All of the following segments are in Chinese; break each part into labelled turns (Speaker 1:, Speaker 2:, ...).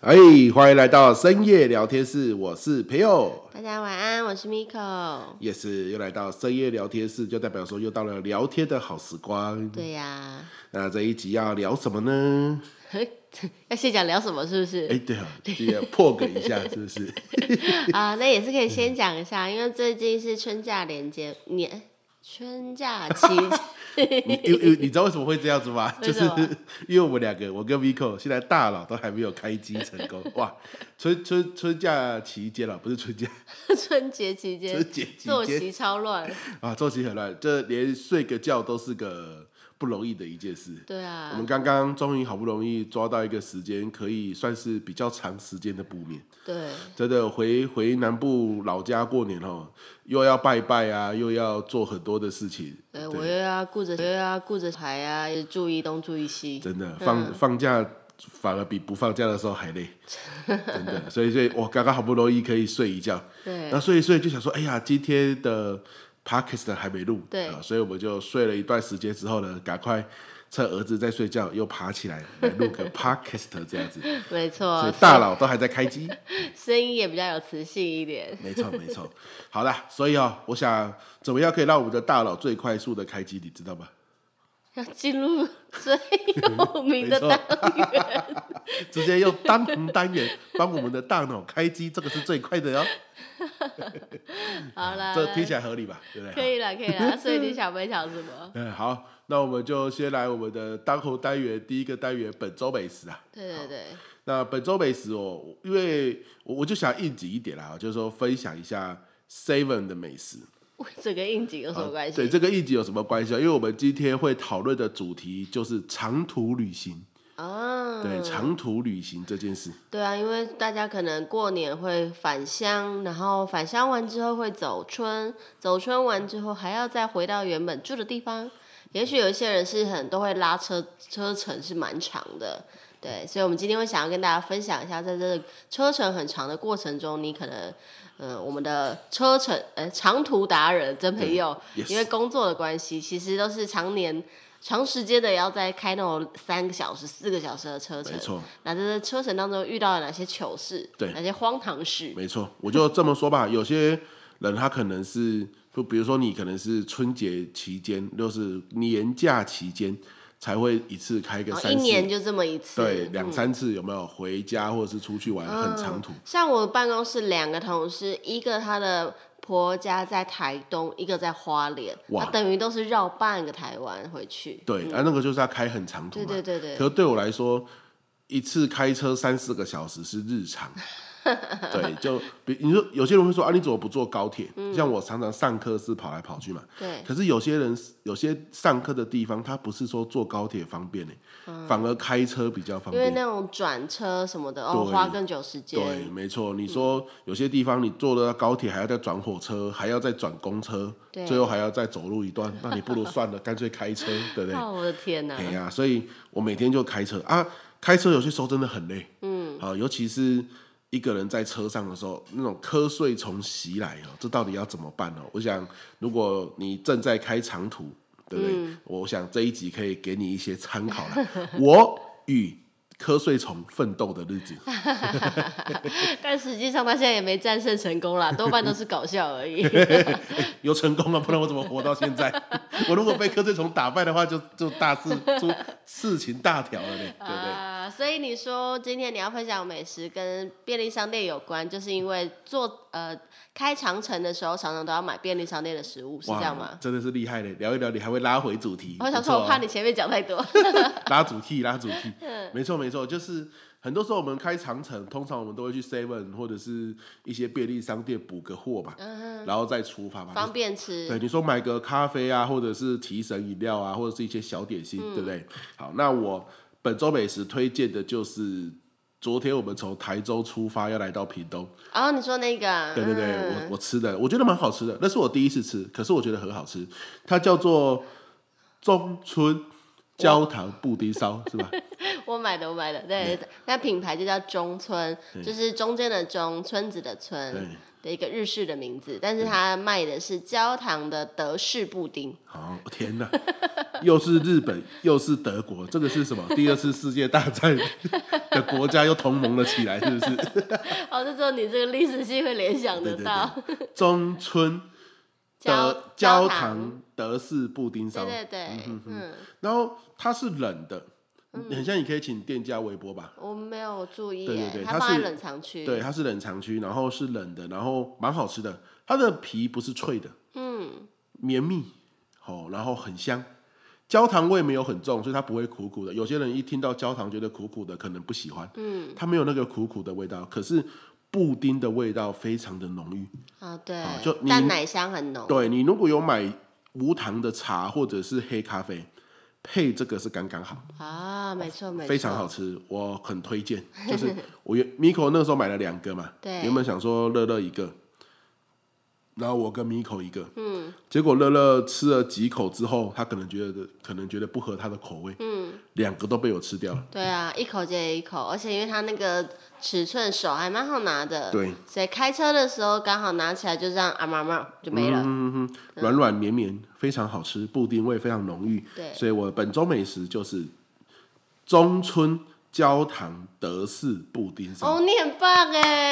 Speaker 1: 哎，欢迎来到深夜聊天室，我是培友，
Speaker 2: 大家晚安，我是 Miko。
Speaker 1: 也是又来到深夜聊天室，就代表说又到了聊天的好时光。
Speaker 2: 对呀、
Speaker 1: 那这一集要聊什么呢？
Speaker 2: 要先讲聊什么是不是？
Speaker 1: 哎，对啊，这个破梗一下，是不 是？哎
Speaker 2: 啊，那也是可以先讲一
Speaker 1: 嗯
Speaker 2: 下，因为最近是春假连接年，春 假期
Speaker 1: 你你你你知道为什么会这样子吗？就
Speaker 2: 为
Speaker 1: 是
Speaker 2: 什么
Speaker 1: 因为我们两个，我跟 Vico 现在大脑都还没有开机成 功。哇，春春春假期间了，不是春假
Speaker 2: 春节期间
Speaker 1: 春节期间
Speaker 2: 作息超乱，
Speaker 1: 啊，作息很乱，这连睡个觉都是个不容易的一件事。
Speaker 2: 对
Speaker 1: 我
Speaker 2: 啊
Speaker 1: 们，刚刚终于好不容易抓到一个时间，可以算是比较长时间的补眠。
Speaker 2: 对，
Speaker 1: 真的回回南部老家过年哦，又要拜拜啊，又要做很多的事情。
Speaker 2: 对我又要顾着，我又要顾着小孩啊，也注意东注意西，
Speaker 1: 真的放、放假反而比不放假的时候还 累，真的。所以所以我刚刚好不容易可以睡一觉，
Speaker 2: 对
Speaker 1: 然后睡一睡就想说，哎呀，今天的 podcast 还没录，
Speaker 2: 对
Speaker 1: 啊所以我们就睡了一段时间之后呢，赶快趁儿子在睡觉又爬起来来录 个 podcast 这样子，
Speaker 2: 没
Speaker 1: 所以
Speaker 2: 错，
Speaker 1: 大脑都还在开 机。
Speaker 2: 声音也比较有磁性一点。
Speaker 1: 没错，没错。好啦，所以哦，我想怎么样可以让我们的大脑最快速的开机，你知 道吗？
Speaker 2: 要进入最有名的
Speaker 1: 没错
Speaker 2: 单元，
Speaker 1: 直接用单行单元帮我们的大脑开机，这个是最快的哦。
Speaker 2: 好啦，
Speaker 1: 这听起来合理吧？对不
Speaker 2: 呃可
Speaker 1: 对？
Speaker 2: 以了，可以 了。所以你想分享什么？
Speaker 1: 嗯，好，那我们就先来我们的当红单元，第一个单元本周美食啊。
Speaker 2: 对对对，
Speaker 1: 那本周美食哦，因为我我就想应景一点啦，就是说分享一下 Seven 的美食。
Speaker 2: 这跟应景有什么关系？
Speaker 1: 啊对，这个应景有什么关系啊？因为我们今天会讨论的主题就是长途旅行。
Speaker 2: 啊，
Speaker 1: 对，长途旅行这件事。
Speaker 2: 对啊，因为大家可能过年会返乡，然后返乡完之后会走春，走春完之后还要再回到原本住的地方。也许有一些人是很都会拉车，车程是蛮长的。对，所以我们今天会想要跟大家分享一下，在这个车程很长的过程中，你可能，呃，我们的车程，呃，长途达人真朋友，
Speaker 1: 嗯对，yes
Speaker 2: 因为工作的关系，其实都是常年长时间的也要在开那种三个小时、四个小时的车程。
Speaker 1: 没错，
Speaker 2: 那在这车程当中遇到了哪些糗事？
Speaker 1: 对
Speaker 2: 哪些荒唐事？
Speaker 1: 没错，我就这么说吧。有些人他可能是，就比如说你可能是春节期间，就是年假期间才会一次开个
Speaker 2: 然后
Speaker 1: 三
Speaker 2: 哦一
Speaker 1: 四，
Speaker 2: 年就嗯这么一次。
Speaker 1: 对，两三次有没有回家或者是出去玩、很长途？
Speaker 2: 像我办公室两个同事，一个她的婆家在台东，一个在花莲，
Speaker 1: 哇
Speaker 2: 她等于都是绕半个台湾回去。
Speaker 1: 对，啊，那个就是要开很长途
Speaker 2: 嗯对
Speaker 1: 嘛。
Speaker 2: 对对对
Speaker 1: 可是对我来说，一次开车三四个小时是日 常。对，就比你说，有些人会说啊，你怎么不坐高铁？
Speaker 2: 嗯
Speaker 1: 像我常常上课是跑来跑去嘛，
Speaker 2: 对
Speaker 1: 可是有些人有些上课的地方，他不是说坐高铁方便呢、欸反而开车比较方
Speaker 2: 嗯因为
Speaker 1: 便。
Speaker 2: 那种转车什么的，哦，
Speaker 1: 对
Speaker 2: 花更久时间。
Speaker 1: 对，没错。你说有些地方你坐了高铁，还要再转火车，还要再转公车，
Speaker 2: 对
Speaker 1: 最后还要再走路一段，那你不如算了，干脆开车，对不对？
Speaker 2: 哦，我的天哪、
Speaker 1: 哎呀、所以我每天就开车啊，开车有些时候真的很累，嗯，啊，尤其是一个人在车上的时候，那种瞌睡虫袭来哦，这到底要怎么办哦？我想，如果你正在开长途，对不对？我想这一集可以给你一些参考了。我与瞌睡虫奋斗的日子，
Speaker 2: 但实际上他现在也没战胜成功啦，多半都是搞笑而已。
Speaker 1: 有成功了，不然我怎么活到现在？ 我如果被瞌睡虫打败的话，就就大事出事情大条了嘞，对不对？
Speaker 2: 啊，所以你说今天你要分享美食跟便利商店有关，就是因为做呃开长城的时候，常常都要买便利商店的食物，是
Speaker 1: 哇，
Speaker 2: 这样吗？
Speaker 1: 真的是厉害嘞！聊一聊，你还会拉回主题。
Speaker 2: 我想
Speaker 1: 不错
Speaker 2: 说，
Speaker 1: 哦
Speaker 2: 我怕你嗯前面讲太多。
Speaker 1: 拉主题，拉主 题。没错没错，就是很多时候我们开长城，通常我们都会去 Seven 或者是一些便利商店补个货吧，然后再出发吧。
Speaker 2: 嗯方便
Speaker 1: 对，
Speaker 2: 吃，
Speaker 1: 你说买个咖啡啊，或者是提神饮料啊，或者是一些小点心，
Speaker 2: 嗯
Speaker 1: 对不对？好，那我本周美食推荐的就是昨天我们从台州出发，要来到屏东。
Speaker 2: 然后、你说那个啊，
Speaker 1: 对对对，
Speaker 2: 嗯
Speaker 1: 我我吃的，我觉得蛮好吃的，那是我第一次吃，可是我觉得很好吃。它叫做中村焦糖布丁烧 是吧？
Speaker 2: 我买的，我买的，对，那品牌就叫中村，就是中间的中，村子的
Speaker 1: 对
Speaker 2: 村，的一个日式的名字，但是它卖的是焦糖的德式 布丁，
Speaker 1: 好，天哪，又是日本又是德国，这个是什么？第二次世界大战的国家又同盟了起来，是不是？
Speaker 2: 哦，这只有你这个历史系会联想
Speaker 1: 对
Speaker 2: 得
Speaker 1: 对
Speaker 2: 到，
Speaker 1: 对，中村的
Speaker 2: 焦
Speaker 1: 焦
Speaker 2: 糖，
Speaker 1: 糖德式布丁烧
Speaker 2: 对，对对，嗯，
Speaker 1: 然后它是冷的，很像你可以请店家微波吧。
Speaker 2: 我没有注意
Speaker 1: 对对
Speaker 2: 耶，
Speaker 1: 对
Speaker 2: 它
Speaker 1: 它
Speaker 2: 放在
Speaker 1: 是
Speaker 2: 冷藏区，
Speaker 1: 对，它是冷藏区，然后是冷的，然后蛮好吃的。它的皮不是脆的，嗯，绵密，哦，然后很香，焦糖味没有很重，所以它不会苦苦的。有些人一听到焦糖觉得苦苦的，可能不喜欢，嗯，它没有那个苦苦的味道，可是布丁的味道非常的浓郁。
Speaker 2: 啊对
Speaker 1: 哦就，你
Speaker 2: 但奶香很浓，
Speaker 1: 对你如果有买无糖的茶或者是黑咖啡，配这个是刚刚好。
Speaker 2: 啊，没错没错，
Speaker 1: 非常好吃，我很推荐。就是我原 Miko 那时候买了两个嘛，
Speaker 2: 对
Speaker 1: 原本想说乐乐一个，然后我跟 Miko 一个，嗯，结果乐乐吃了几口之后，他可能觉得可能觉得不合他的口味，嗯，两个都被我吃掉了。
Speaker 2: 对啊，一口接一口，而且因为它那个尺寸手还蛮好拿的，
Speaker 1: 对，
Speaker 2: 所以开车的时候刚好拿起来就这样啊嘛嘛就没了。
Speaker 1: 嗯哼，软软绵绵，非常好吃，布丁味非常浓郁。
Speaker 2: 对
Speaker 1: 所以我本周美食就是中村焦糖德式布丁烧。
Speaker 2: 哦，你很棒 哎，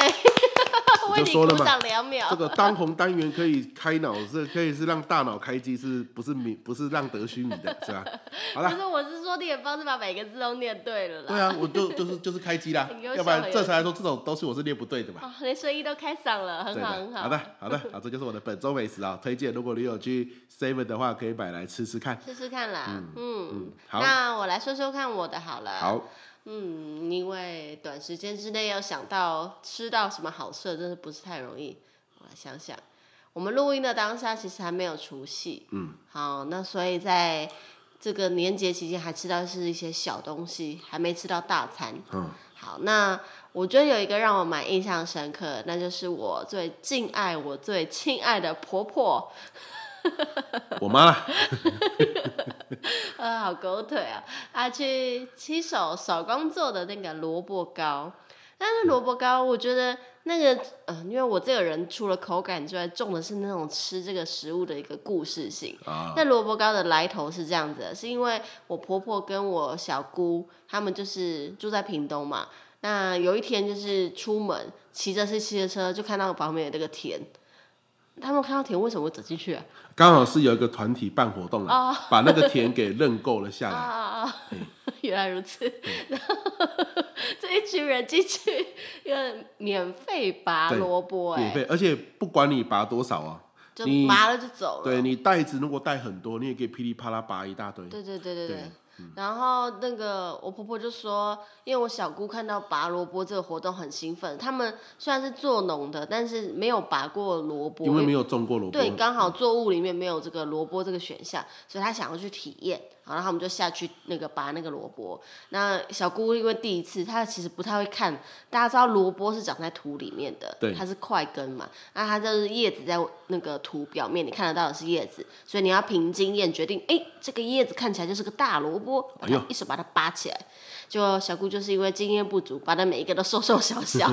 Speaker 1: 我
Speaker 2: 为
Speaker 1: 就
Speaker 2: 你
Speaker 1: 说了
Speaker 2: 鼓
Speaker 1: 嘛
Speaker 2: 掌两秒。
Speaker 1: 这个当红单元可以开脑子，可以是让大脑开机，是不是米不是让德须米的， 是吧？好
Speaker 2: 不
Speaker 1: 啦，
Speaker 2: 是，我是说你很棒，是把每个字都念对了啦。
Speaker 1: 对啊，我就就是就是开机啦
Speaker 2: 很优，秀
Speaker 1: 要不然
Speaker 2: 很优
Speaker 1: 正常来说这种都是我是练不对的嘛。
Speaker 2: 哦，连声音都开嗓了，
Speaker 1: 对
Speaker 2: 很
Speaker 1: 的，
Speaker 2: 好很
Speaker 1: 好的，好的，好，这就是我的本周美食啊，推荐。如果你有去 Seven 的话，可以买来吃吃看。
Speaker 2: 试试看啦。嗯，
Speaker 1: 好
Speaker 2: 那我来说说看我的好了。
Speaker 1: 好，
Speaker 2: 嗯，因为短时间之内要想到吃到什么好吃的，真的不是太容易。我来想想，我们录音的当下其实还没有除夕，嗯，好，那所以在这个年节期间还吃到是一些小东西，还没吃到大餐。
Speaker 1: 嗯，
Speaker 2: 好，那我觉得有一个让我蛮印象深刻的，那就是我最敬爱、我最亲爱的婆婆，
Speaker 1: 我妈啦，
Speaker 2: 啊，好狗腿啊！啊，去亲手手工做的那个萝卜糕，但是萝卜糕，我觉得那个，呃，因为我这个人除了口感之外，重的是那种吃这个食物的一个故事性。
Speaker 1: 啊，
Speaker 2: 那萝卜糕的来头是这样子的，是因为我婆婆跟我小姑他们就是住在屏东嘛。那有一天就是出门骑着是骑着车，就看到旁边有这个田，他们看到田为什么会走进去啊？
Speaker 1: 刚好是有一个团体办活动
Speaker 2: 哦
Speaker 1: 了，把那个田给认购了下
Speaker 2: 啊
Speaker 1: 来。
Speaker 2: 啊啊！
Speaker 1: 嗯
Speaker 2: 原来如此，然后 这一群人进去一个免费拔
Speaker 1: 对
Speaker 2: 萝卜、
Speaker 1: 免
Speaker 2: 哎，
Speaker 1: 费，而且不管你拔多少啊，
Speaker 2: 就
Speaker 1: 你
Speaker 2: 拔了就走了。
Speaker 1: 对你袋子如果带很多，你也可以噼里啪啦拔一大堆。
Speaker 2: 对对对对对
Speaker 1: 对嗯
Speaker 2: 然后那个我婆婆就说，因为我小姑看到拔萝卜这个活动很兴奋，他们虽然是做农的，但是没有拔过萝卜，
Speaker 1: 因为没有种过萝卜，啊嗯
Speaker 2: 对，刚好作物里面没有这个萝卜这个选项，所以他想要去体验。好，然后我们就下去那个拔那个萝卜。那小姑因为第一次，她其实不太会看。大家知道萝卜是长在土里面的，
Speaker 1: 对
Speaker 2: 它是块根嘛。那它就是叶子在那个土表面，你看得到的是叶子，所以你要凭经验决定，哎，这个叶子看起来就是个大萝卜，把
Speaker 1: 哎
Speaker 2: 它
Speaker 1: 呦
Speaker 2: 一手把它拔起来。就小姑就是因为经验不足，拔的每一个都瘦瘦小小。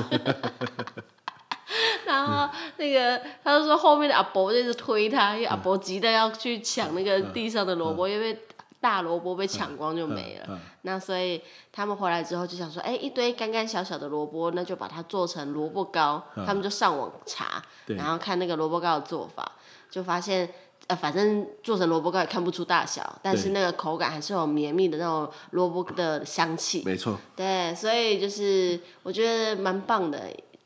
Speaker 2: 然后那个他就说后面的阿伯就一直推他，因为阿伯急的要去抢那个地上的萝卜，因为大萝卜被抢光就没了。
Speaker 1: 嗯嗯
Speaker 2: 那所以他们回来之后就想说，哎，一堆干干小小的萝卜，那就把它做成萝卜糕。他们就上网查，
Speaker 1: 嗯对
Speaker 2: 然后看那个萝卜糕的做法，就发现。呃，反正做成萝卜糕也看不出大小，但是
Speaker 1: 对
Speaker 2: 那个口感还是有绵密的那种萝卜的香气。
Speaker 1: 没错，
Speaker 2: 对，所以就是我觉得蛮棒的，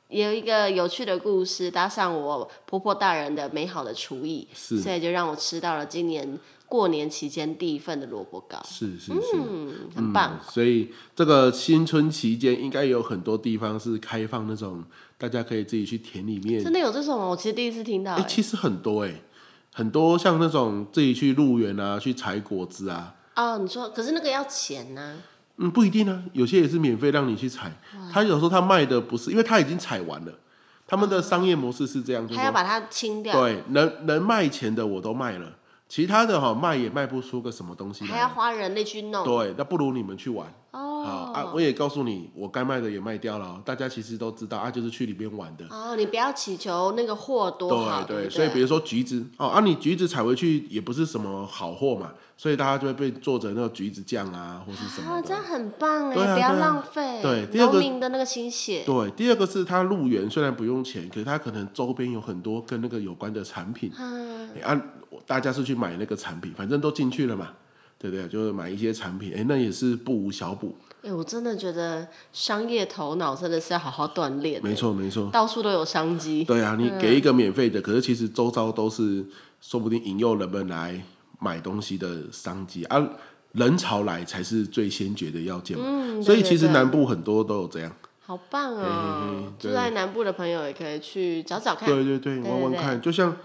Speaker 2: 有一个有趣的故事，搭上我婆婆大人的美好的厨艺，
Speaker 1: 是
Speaker 2: 所以就让我吃到了今年过年期间第一份的萝卜糕，
Speaker 1: 是是是，
Speaker 2: 嗯，很棒，
Speaker 1: 所以这个新春期间应该有很多地方是开放那种，大家可以自己去田里面。
Speaker 2: 真的有这种吗？我其实第一次听到、
Speaker 1: 嗯哎、
Speaker 2: 哎
Speaker 1: 其实很多哎、很多像那种自己去入园啊，去采果子啊，
Speaker 2: 哦，你说，可是那个要钱呐、
Speaker 1: 嗯，不一定啊，有些也是免费让你去采。他有时候他卖的不是，因为他已经采完了，他们的商业模式是这样，就是
Speaker 2: 哦还要
Speaker 1: 说
Speaker 2: 把它清掉，
Speaker 1: 对，能能卖钱的我都卖了，其他的哈、卖也卖不出个什么东西
Speaker 2: 还要
Speaker 1: 来。
Speaker 2: 花人力去弄
Speaker 1: 对，那不如你们去玩。啊啊！
Speaker 2: 哦
Speaker 1: 我也告诉你，我该卖的也卖掉了哦，大家其实都知道啊，就是去里边玩的。
Speaker 2: 哦，你不要祈求那个货多好，
Speaker 1: 对
Speaker 2: 不
Speaker 1: 所以比如说橘子哦，啊，你橘子采回去也不是什么好货嘛，所以大家就会被做成那个橘子酱啊，或是什么
Speaker 2: 啊，这
Speaker 1: 的。
Speaker 2: 样很棒哎，
Speaker 1: 对啊
Speaker 2: 不要
Speaker 1: 对啊
Speaker 2: 浪费，
Speaker 1: 对第二
Speaker 2: 农
Speaker 1: 个
Speaker 2: 民的那个心血，
Speaker 1: 对，第二个是它入园虽然不用钱，可是它可能周边有很多跟那个有关的产品，
Speaker 2: 嗯，
Speaker 1: 哎啊，我大家是去买那个产品，反正都进去了嘛，对不对？就是买一些产品，哎，那也是不无小补，
Speaker 2: 哎、我真的觉得商业头脑真的是要好好锻炼，
Speaker 1: 没错没错。
Speaker 2: 到处都有商机。
Speaker 1: 对啊，你给一个免费的，可是其实周遭都是说不定引诱人们来买东西的商机啊，人潮来才是最先决的要件嘛。
Speaker 2: 嗯，
Speaker 1: 所以
Speaker 2: 对
Speaker 1: 其实
Speaker 2: 对
Speaker 1: 南部很多都有这样，
Speaker 2: 好棒
Speaker 1: 嘿嘿
Speaker 2: 哦
Speaker 1: 嘿！
Speaker 2: 住
Speaker 1: 对
Speaker 2: 在南部的朋友也可以去找找看。
Speaker 1: 对对对，
Speaker 2: 对
Speaker 1: 玩玩
Speaker 2: 对
Speaker 1: 看。就像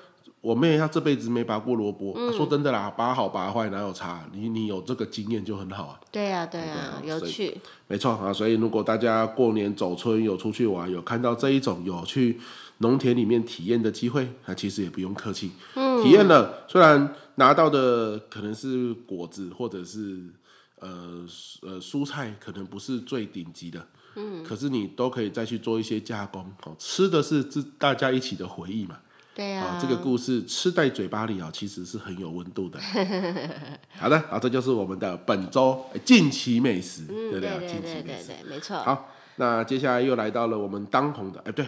Speaker 1: 我妹她这辈子没拔过萝卜，
Speaker 2: 嗯
Speaker 1: 啊说真的啦，拔好拔坏哪有差？你你有这个经验就很好啊。
Speaker 2: 对呀、对呀、
Speaker 1: 对对
Speaker 2: 有
Speaker 1: 所以
Speaker 2: 趣。
Speaker 1: 没错啊，所以如果大家过年走春有出去玩，有看到这一种有去农田里面体验的机会，那其实也不用客气，嗯，体验了，虽然拿到的可能是果子或者是呃蔬呃蔬菜，可能不是最顶级的，嗯，可是你都可以再去做一些加工，哦，吃的是自大家一起的回忆嘛，
Speaker 2: 对呀、
Speaker 1: 啊，这个故事吃在嘴巴里啊，其实是很有温度的。 好的，啊，这就是我们的本周哎近期美食，
Speaker 2: 嗯，
Speaker 1: 对
Speaker 2: 对
Speaker 1: 不啊
Speaker 2: 对
Speaker 1: 近期
Speaker 2: 对
Speaker 1: 美
Speaker 2: 对
Speaker 1: 食。
Speaker 2: 对，没错。
Speaker 1: 好，那接下来又来到了我们当红的，哎，对，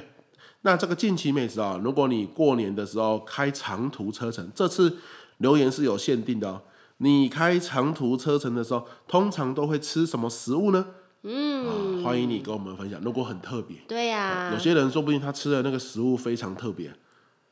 Speaker 1: 那这个近期美食啊，如果你过年的时候开长途车程，这次留言是有限定的哦。你开长途车程的时候，通常都会吃什么食物呢？嗯、啊，欢迎你跟我们分享。如果很特别，
Speaker 2: 对呀、
Speaker 1: 有些人说不定他吃的那个食物非常特别，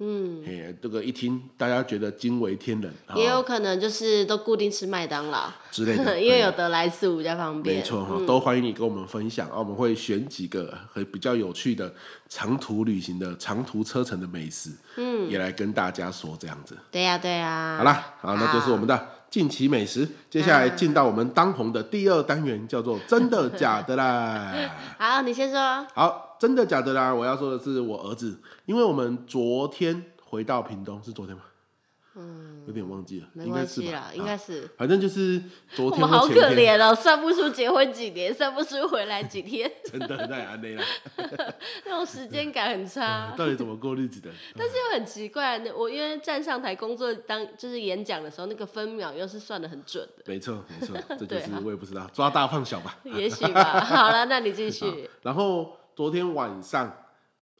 Speaker 1: 嗯，嘿，这个一听大家觉得惊为天人，啊
Speaker 2: 也有可能就是都固定吃麦当劳，
Speaker 1: 之 类的，
Speaker 2: 因为
Speaker 1: 对
Speaker 2: 有得来速比较方便。
Speaker 1: 没错哈，都欢迎你跟我们分享啊，我们会选几个很比较有趣的长途旅行的长途车程的美食，嗯，也来跟大家说这样子。
Speaker 2: 对呀、对呀、
Speaker 1: 好啦，好，那就是我们的近期美食，接下来进到我们当红的第二单元，叫做真的假的啦。
Speaker 2: 好，你先说。
Speaker 1: 好，真的假的啦？我要说的是我儿子，因为我们昨天回到屏东，是昨天吗？嗯，有点忘记了，
Speaker 2: 没
Speaker 1: 应该
Speaker 2: 关
Speaker 1: 是
Speaker 2: 系
Speaker 1: 吧
Speaker 2: 啦，？应
Speaker 1: 啊
Speaker 2: 该是。
Speaker 1: 反正就是昨
Speaker 2: 我
Speaker 1: 天
Speaker 2: 们好
Speaker 1: 或
Speaker 2: 可
Speaker 1: 前天，
Speaker 2: 怜哦，算不出结婚几年，算不出回来几天，
Speaker 1: 真的在安内啦，
Speaker 2: 那种时间感很差。
Speaker 1: 到底怎么过日子的？
Speaker 2: 但是又很奇怪，那我因为站上台工作当就是演讲的时候，那个分秒又是算的很准的，
Speaker 1: 没错，没错，这就
Speaker 2: 对
Speaker 1: 是
Speaker 2: 啊
Speaker 1: 我也不知道，抓大放小吧。
Speaker 2: 也许吧。好了，那你继
Speaker 1: 啊
Speaker 2: 续。
Speaker 1: 然后昨天晚上，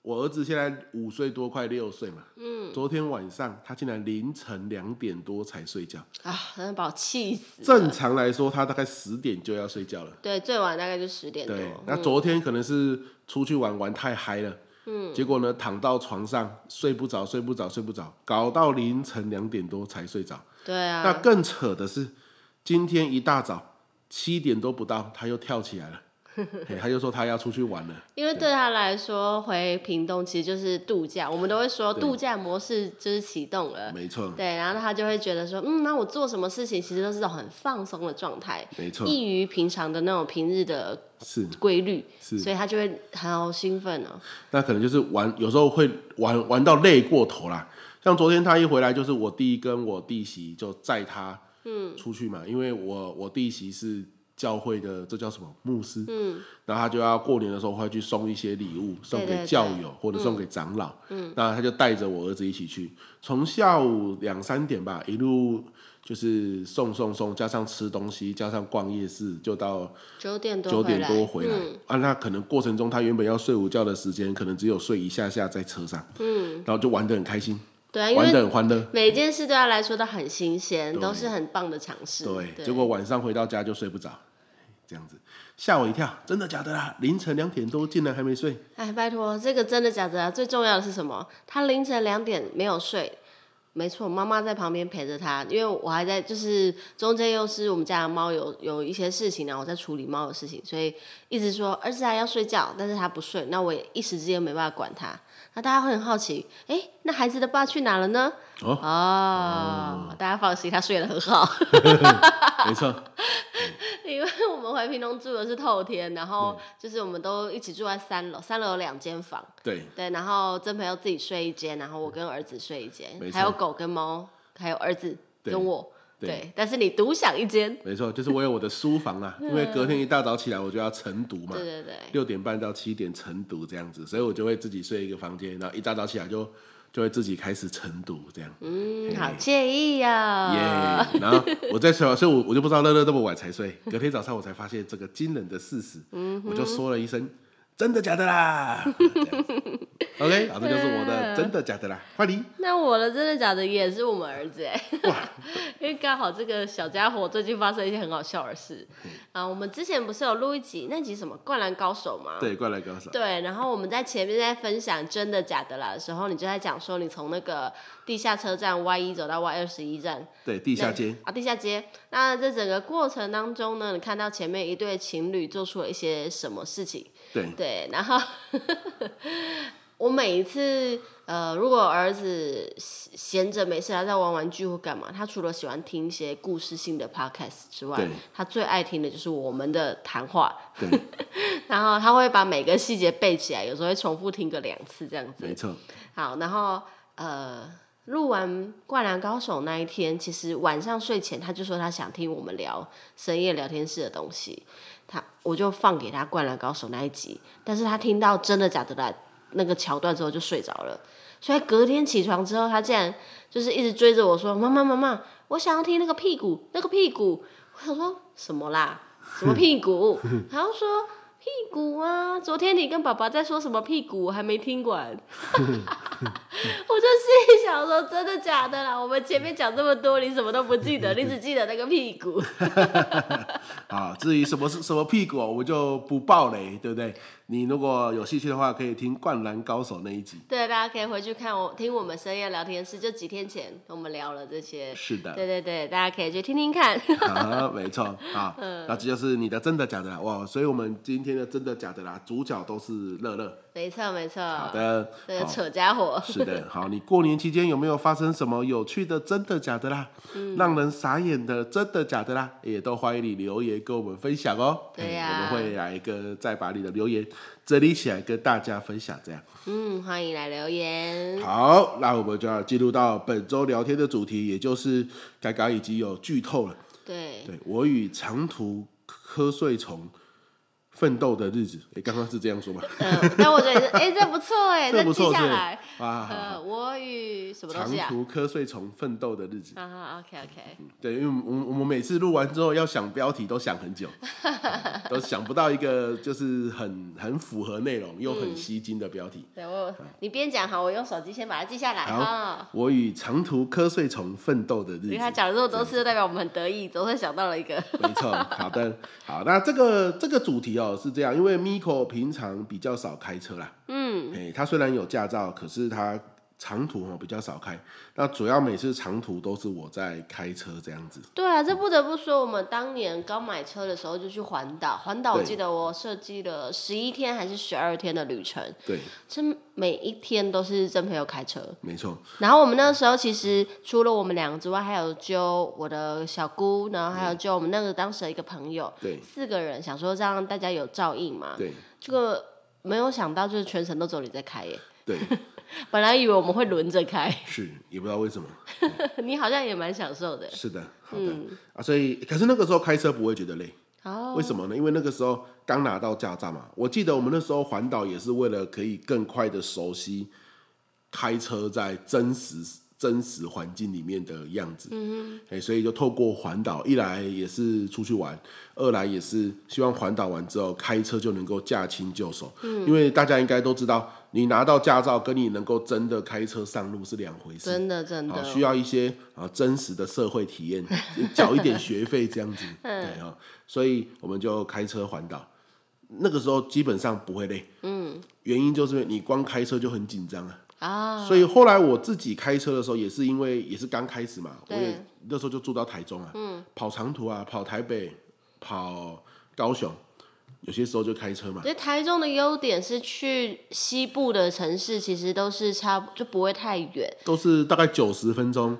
Speaker 1: 我儿子现在五岁多，快六岁嘛。嗯。昨天晚上，他竟然凌晨两点多才睡觉。
Speaker 2: 啊，真的把我气死。
Speaker 1: 正常来说，他大概十点就要睡觉了。
Speaker 2: 对，最晚大概就十点多。
Speaker 1: 对，嗯那昨天可能是出去玩玩太嗨了，嗯，结果呢躺到床上睡不着，睡不着，睡不着，搞到凌晨两点多才睡着。
Speaker 2: 对
Speaker 1: 那
Speaker 2: 啊，
Speaker 1: 更扯的是，今天一大早七点都不到，他又跳起 来了，嘿他又说他要出去玩了。
Speaker 2: 因为对他来说，回屏东其实就是度假，我们都会说
Speaker 1: 对
Speaker 2: 度假模式就是启动了。
Speaker 1: 没错，
Speaker 2: 对，然后他就会觉得说，嗯，那我做什么事情其实都是种很放松的状态，
Speaker 1: 没错，
Speaker 2: 异于平常的那种平日的
Speaker 1: 是
Speaker 2: 规律，
Speaker 1: 是
Speaker 2: 所以他就会好兴奋哦。
Speaker 1: 那可能就是玩，有时候会玩玩到累过头啦。像昨天他一回来，就是我弟跟我弟媳就载他，嗯，出去嘛，因为我我弟媳是教会的，这叫什么牧师，嗯，然后他就要过年的时候会去送一些礼物，送
Speaker 2: 对
Speaker 1: 给
Speaker 2: 对
Speaker 1: 教友或者送给长老，嗯，那他就带着我儿子一起去，从下午两三点吧，一路就是送送送，加上吃东西，加上逛夜市，就到
Speaker 2: 九点多
Speaker 1: 九
Speaker 2: 回
Speaker 1: 点
Speaker 2: 来，
Speaker 1: 多回来、
Speaker 2: 嗯
Speaker 1: 啊，那可能过程中他原本要睡午觉的时间，可能只有睡一下下在车上，嗯，然后就玩得很开心，
Speaker 2: 对啊，因
Speaker 1: 玩得
Speaker 2: 为
Speaker 1: 很欢乐，
Speaker 2: 每一件事对他来说都很新鲜，
Speaker 1: 对
Speaker 2: 都是很棒的尝试。
Speaker 1: 对，
Speaker 2: 对
Speaker 1: 结果晚上回到家就睡不着，这样子吓我一跳，真的假的啦？凌晨两点多竟然还没 睡，
Speaker 2: 哎，拜托，这个真的假的啊？最重要的是什么？他凌晨两点没有睡。没错，妈妈在旁边陪着他，因为我还在，就是中间又是我们家的猫有有一些事情啊然后我在处理猫的事情，所以一直说儿子还要睡觉，但是他不睡，那我也一时之间没办法管他。那大家会很好奇，哎，那孩子的爸去哪了呢？
Speaker 1: 哦
Speaker 2: 哦大家放心，他睡得很好。
Speaker 1: 没错，
Speaker 2: 因为我们回屏东住的是透天，然后就是我们都一起住在三楼，三楼有两间房，
Speaker 1: 对，
Speaker 2: 对，然后真朋友自己睡一间，然后我跟儿子睡一间
Speaker 1: 没，错
Speaker 2: 还有狗跟猫，还有儿子，跟我。
Speaker 1: 对
Speaker 2: 但是你独享一间，
Speaker 1: 没错，就是我有我的书房 啊，因为隔天一大早起来我就要晨读嘛
Speaker 2: 嗯对，对对，
Speaker 1: 六点半到七点晨读这样子，所以我就会自己睡一个房间，然后一大早起来就就会自己开始晨读这样，耶、
Speaker 2: 嗯，好惬意啊呀、
Speaker 1: 然后我再睡完，所以我我就不知道乐乐那么晚才睡，隔天早上我才发现这个惊人的事实，
Speaker 2: 嗯
Speaker 1: 我就说了一声真的假的啦这样子，OK，好，这 就是我
Speaker 2: 啊
Speaker 1: 的真的假的啦，换你，
Speaker 2: 那我的真的假的也是我们儿子哎，
Speaker 1: 哇，
Speaker 2: 因为刚好这个小家伙最近发生一些很好笑的事
Speaker 1: 嗯
Speaker 2: 啊。我们之前不是有录一集那集什么《灌篮高手》吗？
Speaker 1: 对，灌篮高手，
Speaker 2: 对，然后我们在前面在分享真的假的啦的时候，你就在讲说你从那个地下车站 Y 一走到 Y 二十一站，
Speaker 1: 对，地
Speaker 2: 地
Speaker 1: 下街，
Speaker 2: 啊，地下街。那这整个过程当中呢，你看到前面一对情侣做出了一些什么事情？
Speaker 1: 对，
Speaker 2: 对，然后我每一次呃，如果儿子闲闲着没事他在玩玩具或干嘛，他除了喜欢听一些故事性的 podcast 之外
Speaker 1: 对，
Speaker 2: 他最爱听的就是我们的谈话。
Speaker 1: 对，
Speaker 2: 然后他会把每个细节背起来，有时候会重复听个两次这样
Speaker 1: 没
Speaker 2: 子。
Speaker 1: 错，
Speaker 2: 好，然后呃，录完《灌篮高手》那一天，其实晚上睡前他就说他想听我们聊深夜聊天室的东西，他我就放给他《灌篮高手》那一集，但是他听到真的假的啦那个桥段之后就睡着了，所以隔天起床之后，他竟然就是一直追着我说：“妈妈，妈妈，我想要听那个屁股，那个屁股。”我想说什么啦？什么屁股？然后说屁股啊！昨天你跟爸爸在说什么屁股？我还没听完。 我就心里想说，真的假的啦？我们前面讲这么多，你什么都不记得，你只记得那个屁 股。
Speaker 1: 啊，至于什么是什么屁股，我们就不爆雷，对不对？你如果有兴趣的话，可以听《灌篮高手》那一集。
Speaker 2: 对，大家可以回去看我听我们深夜聊天室，就几天前我们聊了这些。
Speaker 1: 是的，
Speaker 2: 对对对，大家可以去听听 看。
Speaker 1: 啊，没错，啊，
Speaker 2: 嗯
Speaker 1: 那这就是你的真的假的啦，哇！所以我们今天的真的假的啦，主角都是乐乐。
Speaker 2: 没错没错，
Speaker 1: 好的，
Speaker 2: 这个
Speaker 1: 好
Speaker 2: 扯家伙。
Speaker 1: 是的，好，你过年期间有没有发生什么有趣的真的假的啦？
Speaker 2: 嗯
Speaker 1: 让人傻眼的真的假的啦，也都欢迎你留言跟我们分享哦。
Speaker 2: 对
Speaker 1: 哎
Speaker 2: 呀
Speaker 1: 我们会来一个再把你的留言整理起来跟大家分享，这样。
Speaker 2: 嗯，欢迎来 留言。
Speaker 1: 好，那我们就要进入到本周聊天的主题，也就是刚刚已经有剧透了。
Speaker 2: 对，
Speaker 1: 对我与长途瞌睡虫奋斗的日子，诶，刚刚是这样说 吧？
Speaker 2: 呃，但我觉得哎，这不错 哎，
Speaker 1: 这不
Speaker 2: 记
Speaker 1: 错，
Speaker 2: 下
Speaker 1: 是
Speaker 2: 来。
Speaker 1: 啊，
Speaker 2: 呃，我与什么东
Speaker 1: 长
Speaker 2: 西啊？
Speaker 1: 途瞌睡虫奋斗的日子。
Speaker 2: 啊哈，OK OK，
Speaker 1: 对，因为我们我们每次录完之后要想标题都想很久，啊都想不到一个就是很很符合内容又很吸睛的标题。
Speaker 2: 对我你边讲好，我用手机先把它记下来哈。
Speaker 1: 嗯好，我与长途瞌睡虫奋斗的日
Speaker 2: 因
Speaker 1: 子
Speaker 2: 为。他讲了这么多次，就代表我们很得意，总算想到了一个。
Speaker 1: 没错，好的，好，那这个这个主题哦是这样，因为 Miko 平常比较少开车啦，嗯，哎、他虽然有驾照，可是他长途哦比较少开，那主要每次长途都是我在开车这样子，
Speaker 2: 对啊，这不得不说，我们当年刚买车的时候就去环岛，环岛我
Speaker 1: 对
Speaker 2: 记得我设计了十一天还是十二天的旅程，
Speaker 1: 对，
Speaker 2: 真每一天都是真朋友开车。
Speaker 1: 没错，
Speaker 2: 然后我们那时候其实除了我们两个之外，还有揪我的小姑，然后还有揪我们那个当时的一个朋友，
Speaker 1: 对
Speaker 2: 四个人想说让大家有照应嘛。
Speaker 1: 对
Speaker 2: 这个没有想到，就是全程都只有你在开耶。
Speaker 1: 对，
Speaker 2: 本来以为我们会轮着开，
Speaker 1: 是，也不知道为什么，
Speaker 2: 你好像也蛮享受 的。
Speaker 1: 是的，好的、啊，所以可是那个时候开车不会觉得累，
Speaker 2: 哦，
Speaker 1: 为什么呢？因为那个时候刚拿到驾照嘛，我记得我们那时候环岛也是为了可以更快的熟悉开车在真实真实环境里面的样子。嗯哎，所以就透过环岛，一来也是出去玩，二来也是希望环岛完之后开车就能够驾轻就熟。嗯，因为大家应该都知道，你拿到驾照跟你能够真的开车上路是两回事。
Speaker 2: 真的真
Speaker 1: 啊，
Speaker 2: 的，
Speaker 1: 需要一些啊真实的社会体 验，缴一点学费这样子，
Speaker 2: 嗯
Speaker 1: 对啊，所以我们就开车环岛，那个时候基本上不会累，嗯，原因就是因为你光开车就很紧张啊，
Speaker 2: 啊，
Speaker 1: 所以后来我自己开车的时候，也是因为也是刚开始嘛，我
Speaker 2: 对嗯
Speaker 1: 也那时候就住到台中啊，跑长途啊，跑台北，跑高雄，有些时候就开车嘛，
Speaker 2: 所以台中的优点是去西部的城市，其实都是差不就不会太远，
Speaker 1: 都是大概九十分钟，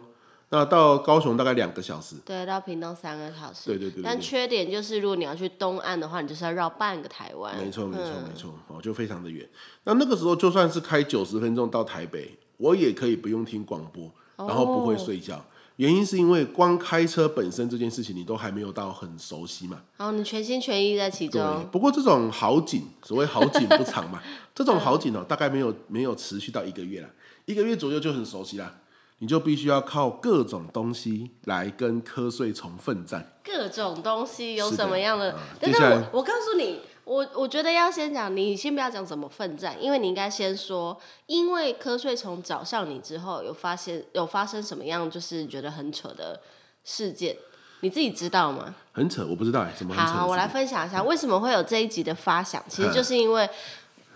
Speaker 1: 那到高雄大概两个小时，
Speaker 2: 对，到屏东三个小时。
Speaker 1: 对对对对
Speaker 2: 但
Speaker 1: 对
Speaker 2: 缺点就是，如果你要去东岸的话，你就是要绕半个台湾。
Speaker 1: 没错，没错，
Speaker 2: 嗯
Speaker 1: 没错，哦，就非常的远。那那个时候就
Speaker 2: 哦
Speaker 1: 算是开九十分钟到台北，我也可以不用听广播，然后不会睡觉，原因是因为光开车本身这件事情，你都还没有到很熟悉嘛。
Speaker 2: 然后你全心全意在其
Speaker 1: 对
Speaker 2: 中，，
Speaker 1: 不过这种好景，所谓好景不长 嘛，这种
Speaker 2: 嗯
Speaker 1: 好景哦，大概没有没有持续到一个月啦，一个月左右就很熟悉啦。你就必须要靠各种东西来跟瞌睡虫奋战。
Speaker 2: 各种东西有
Speaker 1: 是的
Speaker 2: 什么样的？
Speaker 1: 啊
Speaker 2: 但
Speaker 1: 接
Speaker 2: 是
Speaker 1: 下来
Speaker 2: 我我告诉你，我我觉得要先讲，你先不要讲怎么奋战，因为你应该先说，因为瞌睡虫找上你之后，有发现有发生什么样，就是觉得很扯的事件，你自己知道吗？
Speaker 1: 很扯，我不知道哎、什么很扯的事情。
Speaker 2: 好，我来分享一下为什么会有这一集的发想，其实
Speaker 1: 嗯
Speaker 2: 就是因为。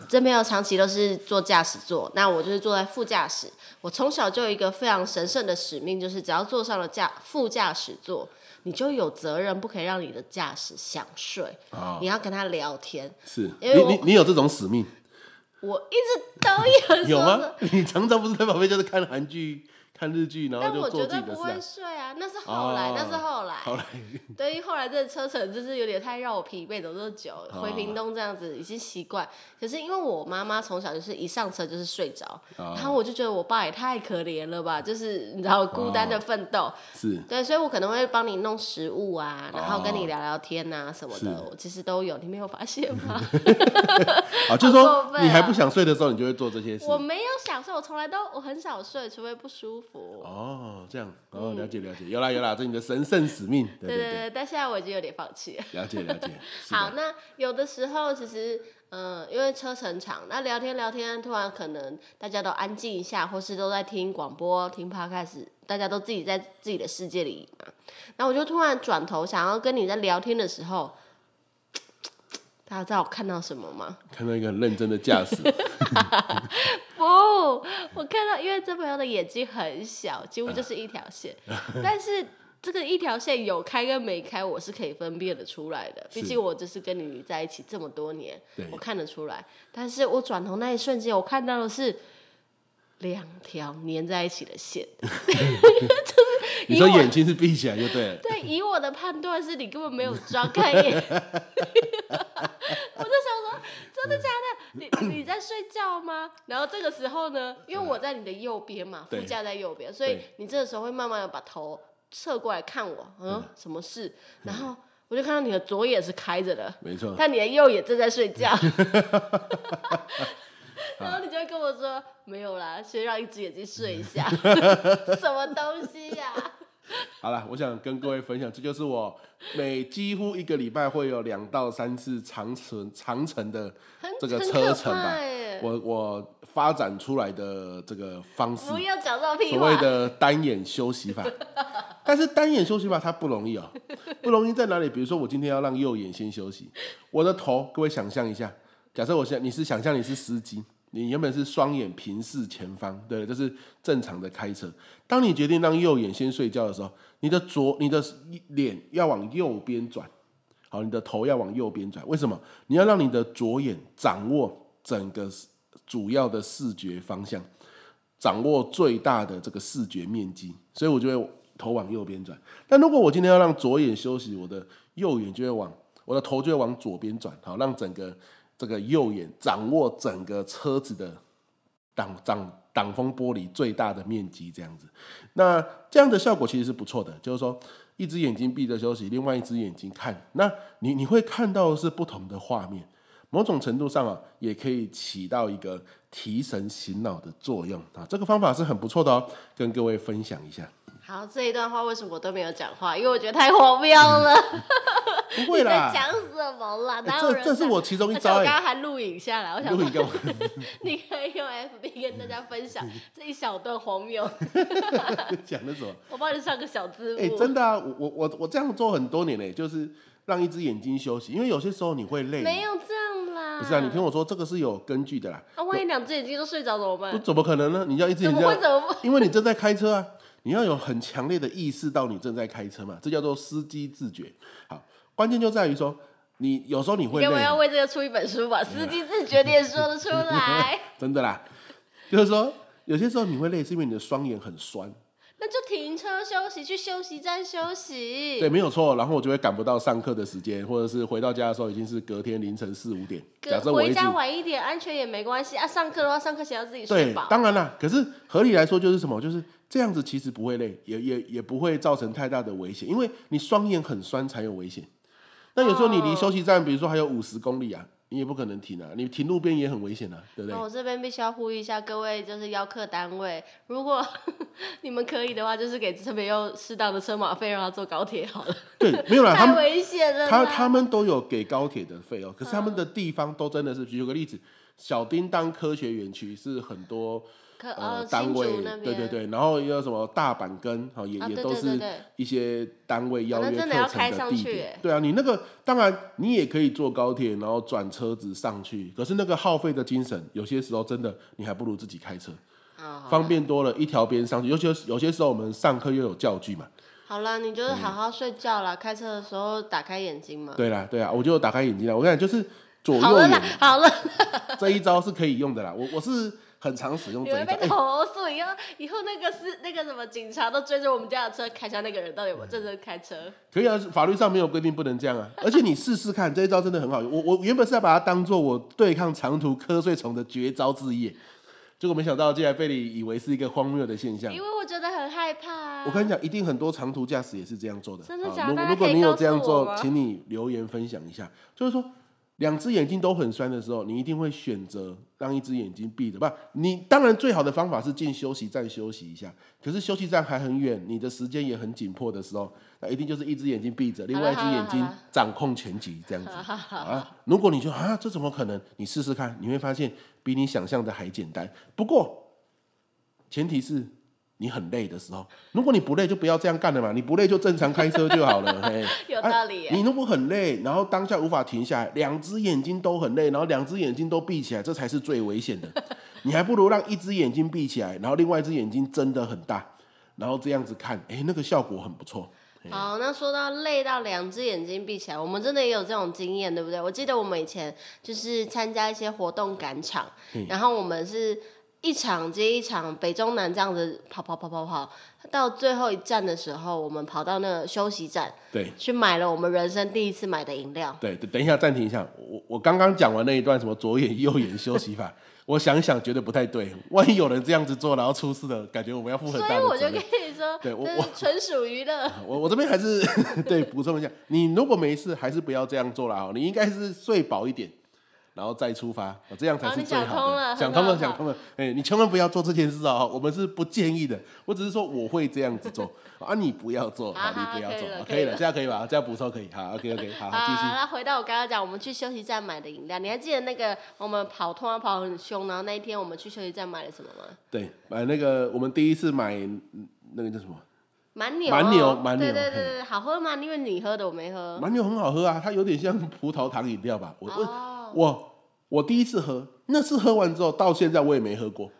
Speaker 2: 这边有长期都是坐驾驶座，那我就是坐在副驾驶。我从小就有一个非常神圣的使命，就是只要坐上了驾副驾驶座，你就有责任不可以让你的驾驶想睡，
Speaker 1: 哦
Speaker 2: 你要跟他聊天。
Speaker 1: 是
Speaker 2: 因为我
Speaker 1: 你你你有这种使命
Speaker 2: 我一直 都有
Speaker 1: 有
Speaker 2: 说
Speaker 1: 吗？你常常不是在旁边就是看韩 剧、看日剧，然后
Speaker 2: 但
Speaker 1: 就
Speaker 2: 我
Speaker 1: 做
Speaker 2: 绝
Speaker 1: 自己
Speaker 2: 对
Speaker 1: 的
Speaker 2: 不
Speaker 1: 事、
Speaker 2: 会
Speaker 1: 啊。
Speaker 2: 睡啊，那是后来，
Speaker 1: 哦
Speaker 2: 那是后来。
Speaker 1: 好来，
Speaker 2: 对于后来这个车程就是有点太让我疲惫，走这么久，回
Speaker 1: 哦
Speaker 2: 屏东这样子已经习惯。可是因为我妈妈从小就是一上车就是睡着，
Speaker 1: 哦
Speaker 2: 然后我就觉得我爸也太可怜了吧，就是你知道孤单的奋斗。
Speaker 1: 是
Speaker 2: 对，所以我可能会帮你弄食物啊，然后跟
Speaker 1: 哦
Speaker 2: 你聊聊天啊什么的，
Speaker 1: 是
Speaker 2: 我其实都有，你没有发现 吗？
Speaker 1: 啊，就是说
Speaker 2: 好过分啊
Speaker 1: 你还不想睡的时候，你就会做这些事。
Speaker 2: 我没有享受，我从来都我很少睡，除非不舒服。
Speaker 1: 哦，这样哦，了解了解，有啦有啦，这是你的神圣使命。对
Speaker 2: 嗯对
Speaker 1: 对
Speaker 2: 对，但现在我已经有点放弃了。
Speaker 1: 对，了解了解。是的
Speaker 2: 好，，那有的时候其实，嗯、因为车程长，那聊天聊天，突然可能大家都安静一下，或是都在听广播、听 podcast，大家都自己在自己的世界里嘛。然后我就突然转头想要跟你在聊天的时候，大家知道我看到什么吗？
Speaker 1: 看到一个很认真的驾 驶，
Speaker 2: 不，哦我看到，因为这朋友的眼睛很小，几乎
Speaker 1: 嗯
Speaker 2: 就是一条 线，但是。这个一条线有开跟没开，我是可以分辨的出来的。毕
Speaker 1: 是
Speaker 2: 竟我就是跟你在一起这么多年
Speaker 1: 对，
Speaker 2: 我看得出来。但是我转头那一瞬间，我看到的是两条粘在一起的线。
Speaker 1: 你说
Speaker 2: 因为我
Speaker 1: 眼睛是闭起来就对了。
Speaker 2: 对，以我的判断是你根本没有装看眼，我就 想说，真的假的？你你在睡觉吗？然后这个时候呢，因为我在你的右边嘛，副
Speaker 1: 对
Speaker 2: 驾在右边，所以
Speaker 1: 对
Speaker 2: 你这个时候会慢慢的把头侧过来看我，嗯，什么事？然后我就看到你的左眼是开着的，
Speaker 1: 没错，
Speaker 2: 但你的右眼正在 睡觉。 然后你就会跟我说没有啦，先让一只眼睛睡 一下，什么东西呀、
Speaker 1: 好了，我想跟各位分享，这就是我每几乎一个礼拜会有两到三次长程长程的
Speaker 2: 很
Speaker 1: 这个
Speaker 2: 很
Speaker 1: 车
Speaker 2: 可
Speaker 1: 程吧
Speaker 2: 怕耶，
Speaker 1: 我我发展出来的这个方式
Speaker 2: 不，要讲这种屁
Speaker 1: 所
Speaker 2: 话
Speaker 1: 谓。的单眼休息法。但是单眼休息法它不容易哦，不容易在哪里？比如说我今天要让右眼先休息，我的头，各位想象一下，假设我现在你是想象你是司机，你原本是双眼平视前方，对，这是正常的开车。当你决定让右眼先睡觉的时候，你的左你的脸要往右边转，好，你的头要往右边转，为什么？你要让你的左眼掌握整个主要的视觉方向。掌握最大的这个视觉面积，所以我就会头往右边转。但如果我今天要让左眼休息，我的右眼就会往我的头就会往左边转，好让整个这个右眼掌握整个车子的挡挡挡风玻璃最大的面积，这样子。那这样的效果其实是不错的，就是说一只眼睛闭着休息，另外一只眼睛看，那你你会看到的是不同的画面。某种程度上啊，也可以起到一个提神醒脑的作用啊。这个方法是很不错的哦，跟各位分享一下。
Speaker 2: 好，这一段话为什么我都没有讲话？因为我觉得太荒谬了。
Speaker 1: 不
Speaker 2: 你
Speaker 1: 嗯会
Speaker 2: 在
Speaker 1: 啦，
Speaker 2: 讲什么啦？
Speaker 1: 哎
Speaker 2: 哪有
Speaker 1: 这
Speaker 2: 人？
Speaker 1: 这是我。其中一
Speaker 2: 而且
Speaker 1: 招
Speaker 2: 我刚
Speaker 1: 哎、
Speaker 2: 刚还录影下来，我想
Speaker 1: 如果
Speaker 2: 说
Speaker 1: 你跟我
Speaker 2: 你可以用 FB 跟大家分
Speaker 1: 嗯
Speaker 2: 享这一小段荒谬，
Speaker 1: 讲的什 么？
Speaker 2: 我帮你上个小字
Speaker 1: 哎、
Speaker 2: 幕。
Speaker 1: 真的啊，我我我我这样做很多年嘞、就是让一只眼睛休息，因为有些时候你会累。
Speaker 2: 没有这样啦。
Speaker 1: 不是啊，你听我说，这个是有根据的啦。
Speaker 2: 啊，万一两只眼睛都睡着怎么
Speaker 1: 不
Speaker 2: 办？
Speaker 1: 怎么可能呢？你要一只眼
Speaker 2: 嗯怎
Speaker 1: 睛
Speaker 2: 么会怎么会？
Speaker 1: 因为你正在开车啊，你要有很强烈的意识到你正在开车嘛，这叫做司机自觉。好，关键就在于说，你有时候你会
Speaker 2: 你干嘛
Speaker 1: 累嗯
Speaker 2: 要，为这个出一本书吧？司机自觉你也说 得出来，
Speaker 1: 真的啦，就是说有些时候你会累，是因为你的双眼很酸，
Speaker 2: 那就停车休息，去休息站休息。
Speaker 1: 对，没有错。然后我就会赶不到上课的时间，或者是回到家的时候已经是隔天凌晨四五点。假设
Speaker 2: 隔
Speaker 1: 我
Speaker 2: 回
Speaker 1: 一直
Speaker 2: 家晚一点，安全也没关系啊。上课的话，上课前要自己睡
Speaker 1: 对
Speaker 2: 饱，。
Speaker 1: 当然啦。可是合理来说就是什么？就是这样子，其实不会累，也也也不会造成太大的危险，因为你双眼很酸才有危险。那有时候你离休息站，比如说还有五十公里啊，你也不可能停啊，你停路边也很危险啊，对不对
Speaker 2: 那？哦我这边必须要呼吁一下各位，就是邀客单位，如果 你们可以的话，就是给陈北佑适当的车马费，让他坐高铁好了，
Speaker 1: 对，没有啦，他
Speaker 2: 太
Speaker 1: 们
Speaker 2: 危险了
Speaker 1: 他
Speaker 2: 啦。
Speaker 1: 他们都有给高铁的费哦，可是他们的地方都真的是，举个例子，小叮当科学园区是很多
Speaker 2: 可
Speaker 1: 呃
Speaker 2: 呃，
Speaker 1: 单
Speaker 2: 新
Speaker 1: 位
Speaker 2: 竹那，边，
Speaker 1: 对对对，然后也有什么大阪跟哦，也
Speaker 2: 啊
Speaker 1: 也
Speaker 2: 对
Speaker 1: 都
Speaker 2: 对对
Speaker 1: 是
Speaker 2: 对
Speaker 1: 一些单位邀
Speaker 2: 那
Speaker 1: 约
Speaker 2: 真的
Speaker 1: 课
Speaker 2: 要
Speaker 1: 程
Speaker 2: 开
Speaker 1: 的
Speaker 2: 上
Speaker 1: 地
Speaker 2: 去
Speaker 1: 点
Speaker 2: 欸。
Speaker 1: 对啊，你那个当然你也可以坐高铁，然后转车子上去，可是那个耗费的精神，有些时候真的你还不如自己开车，
Speaker 2: 啊、
Speaker 1: 方便多了，一条边上去。尤其是有些时候我们上课又有教具嘛，
Speaker 2: 好啦，你就是好好睡觉啦，开车的时候打开眼睛嘛。
Speaker 1: 对啦对啊，我就打开眼睛了，我跟你讲就是左
Speaker 2: 好
Speaker 1: 右
Speaker 2: 了
Speaker 1: 眼
Speaker 2: 啦，好了，
Speaker 1: 这一招是可以用的啦，我我是很常使用
Speaker 2: 你
Speaker 1: 这一
Speaker 2: 们
Speaker 1: 招。
Speaker 2: 被
Speaker 1: 哎
Speaker 2: 投诉以后，以后那个是那个什么警察都追着我们家的车，看一下那个人到底有没有认真开车。
Speaker 1: 可以啊，法律上没有规定不能这样啊。而且你试试看，这一招真的很好用。我我原本是要把它当做我对抗长途瞌睡虫的绝招之一，结果没想到竟然被你以为是一个荒谬的现象
Speaker 2: 因。为我觉得很害怕
Speaker 1: 嗯
Speaker 2: 啊。
Speaker 1: 我跟你讲，一定很多长途驾驶也是这样做的。
Speaker 2: 真的
Speaker 1: 好
Speaker 2: 假的
Speaker 1: 如果
Speaker 2: 大家
Speaker 1: 如果
Speaker 2: 可以
Speaker 1: 你有
Speaker 2: 告诉
Speaker 1: 这样
Speaker 2: 我
Speaker 1: 做，
Speaker 2: 吗
Speaker 1: 请你留言分享一下。就是说，两只眼睛都很酸的时候，你一定会选择让一只眼睛闭着。不，你当然最好的方法是进休息站休息一下。可是休息站还很远，你的时间也很紧迫的时候，那一定就是一只眼睛闭着，另外一只
Speaker 2: 好了
Speaker 1: 眼睛
Speaker 2: 好了
Speaker 1: 掌控全局这 样子。啊，如果你觉得啊，这怎么可能？你试试看，你会发现比你想象的还简单。不过前提是你很累的时候。如果你不累，就不要这样干了嘛。你不累就正常开车就好了。嘿，
Speaker 2: 有
Speaker 1: 啊
Speaker 2: 道理耶
Speaker 1: 你如果很累，然后当下无法停下来，两只眼睛都很累，然后两只眼睛都闭起来，这才是最危险的。你还不如让一只眼睛闭起来，然后另外一只眼睛睁得很大，然后这样子看，哎，那个效果很不错。
Speaker 2: 好，那说到累到两只眼睛闭起来，我们真的也有这种经验，对不对？我记得我们以前就是参加一些活动赶场，
Speaker 1: 嗯
Speaker 2: 然后我们是一场接一场，北中南这样子跑跑跑跑跑，到最后一站的时候，我们跑到那个休息站
Speaker 1: 对。
Speaker 2: 去买了我们人生第一次买的饮料。
Speaker 1: 对，等等一下，暂停一下。我我刚刚讲完那一段什么左眼右眼休息法，我想一想觉得不太对。万一有人这样子做，然后出事了，感觉我们要负很
Speaker 2: 所
Speaker 1: 大的责
Speaker 2: 以
Speaker 1: 任。
Speaker 2: 我就跟你说，
Speaker 1: 对我
Speaker 2: 这是纯属娱乐。
Speaker 1: 啊我我这边还是 对补充一下，你如果没事，还是不要这样做了啊！你应该是睡饱一点，然后再出发，哦这样才
Speaker 2: 好
Speaker 1: 是
Speaker 2: 你
Speaker 1: 最
Speaker 2: 想
Speaker 1: 好
Speaker 2: 通
Speaker 1: 的。
Speaker 2: 了
Speaker 1: 想
Speaker 2: 很
Speaker 1: 通了，
Speaker 2: 好
Speaker 1: 想通了。哎，你千万不要做这件事哦，我们是不建议的。我只是说我会这样子做啊，你不要做，
Speaker 2: 好
Speaker 1: 好，
Speaker 2: 好
Speaker 1: 你不要
Speaker 2: 可以
Speaker 1: 做，
Speaker 2: 了
Speaker 1: 好
Speaker 2: 可
Speaker 1: 可以
Speaker 2: 以
Speaker 1: 了，
Speaker 2: 了
Speaker 1: 这样可以吧？这样补充可以，好，OK OK，好，
Speaker 2: 好，啊
Speaker 1: 继续。
Speaker 2: 那回到我刚刚讲，我们去休息站买的饮料，你还记得那个我们跑通常跑很凶，然后那一天我们去休息站买了什么吗？
Speaker 1: 对，买那个我们第一次买嗯那个叫什么？
Speaker 2: 蛮牛，哦
Speaker 1: 蛮牛蛮牛
Speaker 2: 对对对对，好喝吗？因为你喝的我没喝。
Speaker 1: 蛮牛很好喝啊，它有点像葡萄糖饮料吧？我我、
Speaker 2: 哦，
Speaker 1: 我我第一次喝，那次喝完之后到现在我也没喝过。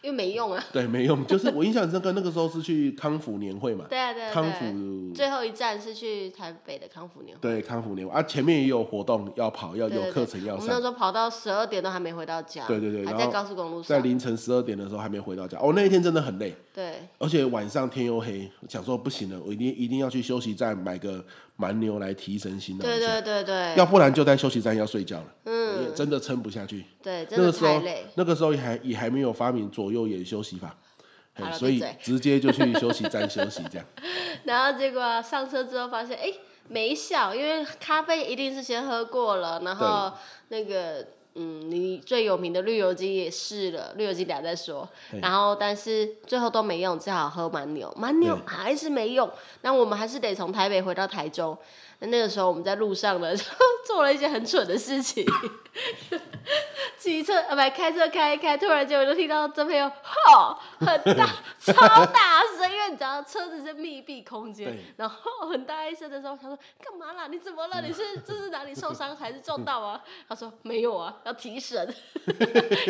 Speaker 2: 因为没用 啊。
Speaker 1: 对，没用，就是我印象很深刻，那个时候是去康复年会嘛，
Speaker 2: 对啊对啊
Speaker 1: 康
Speaker 2: 对啊。
Speaker 1: 复
Speaker 2: 最后一站是去台北的康复牛。
Speaker 1: 对康复年会啊，前面也有活动要跑，要
Speaker 2: 对
Speaker 1: 有
Speaker 2: 对
Speaker 1: 课
Speaker 2: 对
Speaker 1: 程要
Speaker 2: 我们那
Speaker 1: 上，
Speaker 2: 时候跑到十二点都还没回到家，
Speaker 1: 对对对
Speaker 2: 还
Speaker 1: 然
Speaker 2: 在
Speaker 1: 后
Speaker 2: 高速公路
Speaker 1: 在
Speaker 2: 上，
Speaker 1: 凌晨十二点的时候还没回到家，哦，那一天真的很累，
Speaker 2: 对，
Speaker 1: 而且晚上天又黑，想说不行了，我一定一定要去休息站买个蛮牛来提神醒脑
Speaker 2: 对
Speaker 1: 一下，
Speaker 2: 对对对，
Speaker 1: 要不然就在休息站要睡觉了，也
Speaker 2: 嗯，
Speaker 1: 真的撑不下去。
Speaker 2: 对，真
Speaker 1: 那
Speaker 2: 的
Speaker 1: 个时
Speaker 2: 太
Speaker 1: 候
Speaker 2: 累，
Speaker 1: 那个时候也还也还没有发明左右眼休息法，嘿
Speaker 2: 好了
Speaker 1: 所以
Speaker 2: 闭嘴
Speaker 1: 直接就去休息站休息这样。
Speaker 2: 然后结果上车之后发现，哎，没效，因为咖啡一定是先喝过了，然后那个嗯，你最有名的绿油精也试了，绿油精俩再说，然后但是最后都没用，只好喝蛮牛，蛮牛
Speaker 1: 对
Speaker 2: 还是没用，那我们还是得从台北回到台中。那那个时候我们在路上呢，就 做了一些很蠢的事情，骑车呃不开车开一开，突然间我就听到这朋友吼很 大超大声，因为你知道车子是密闭空间
Speaker 1: 对，
Speaker 2: 然后很大一声的时候，他说干嘛啦？你怎么 了？你是这是哪里受伤还是撞到啊？他说没有啊，要 提神，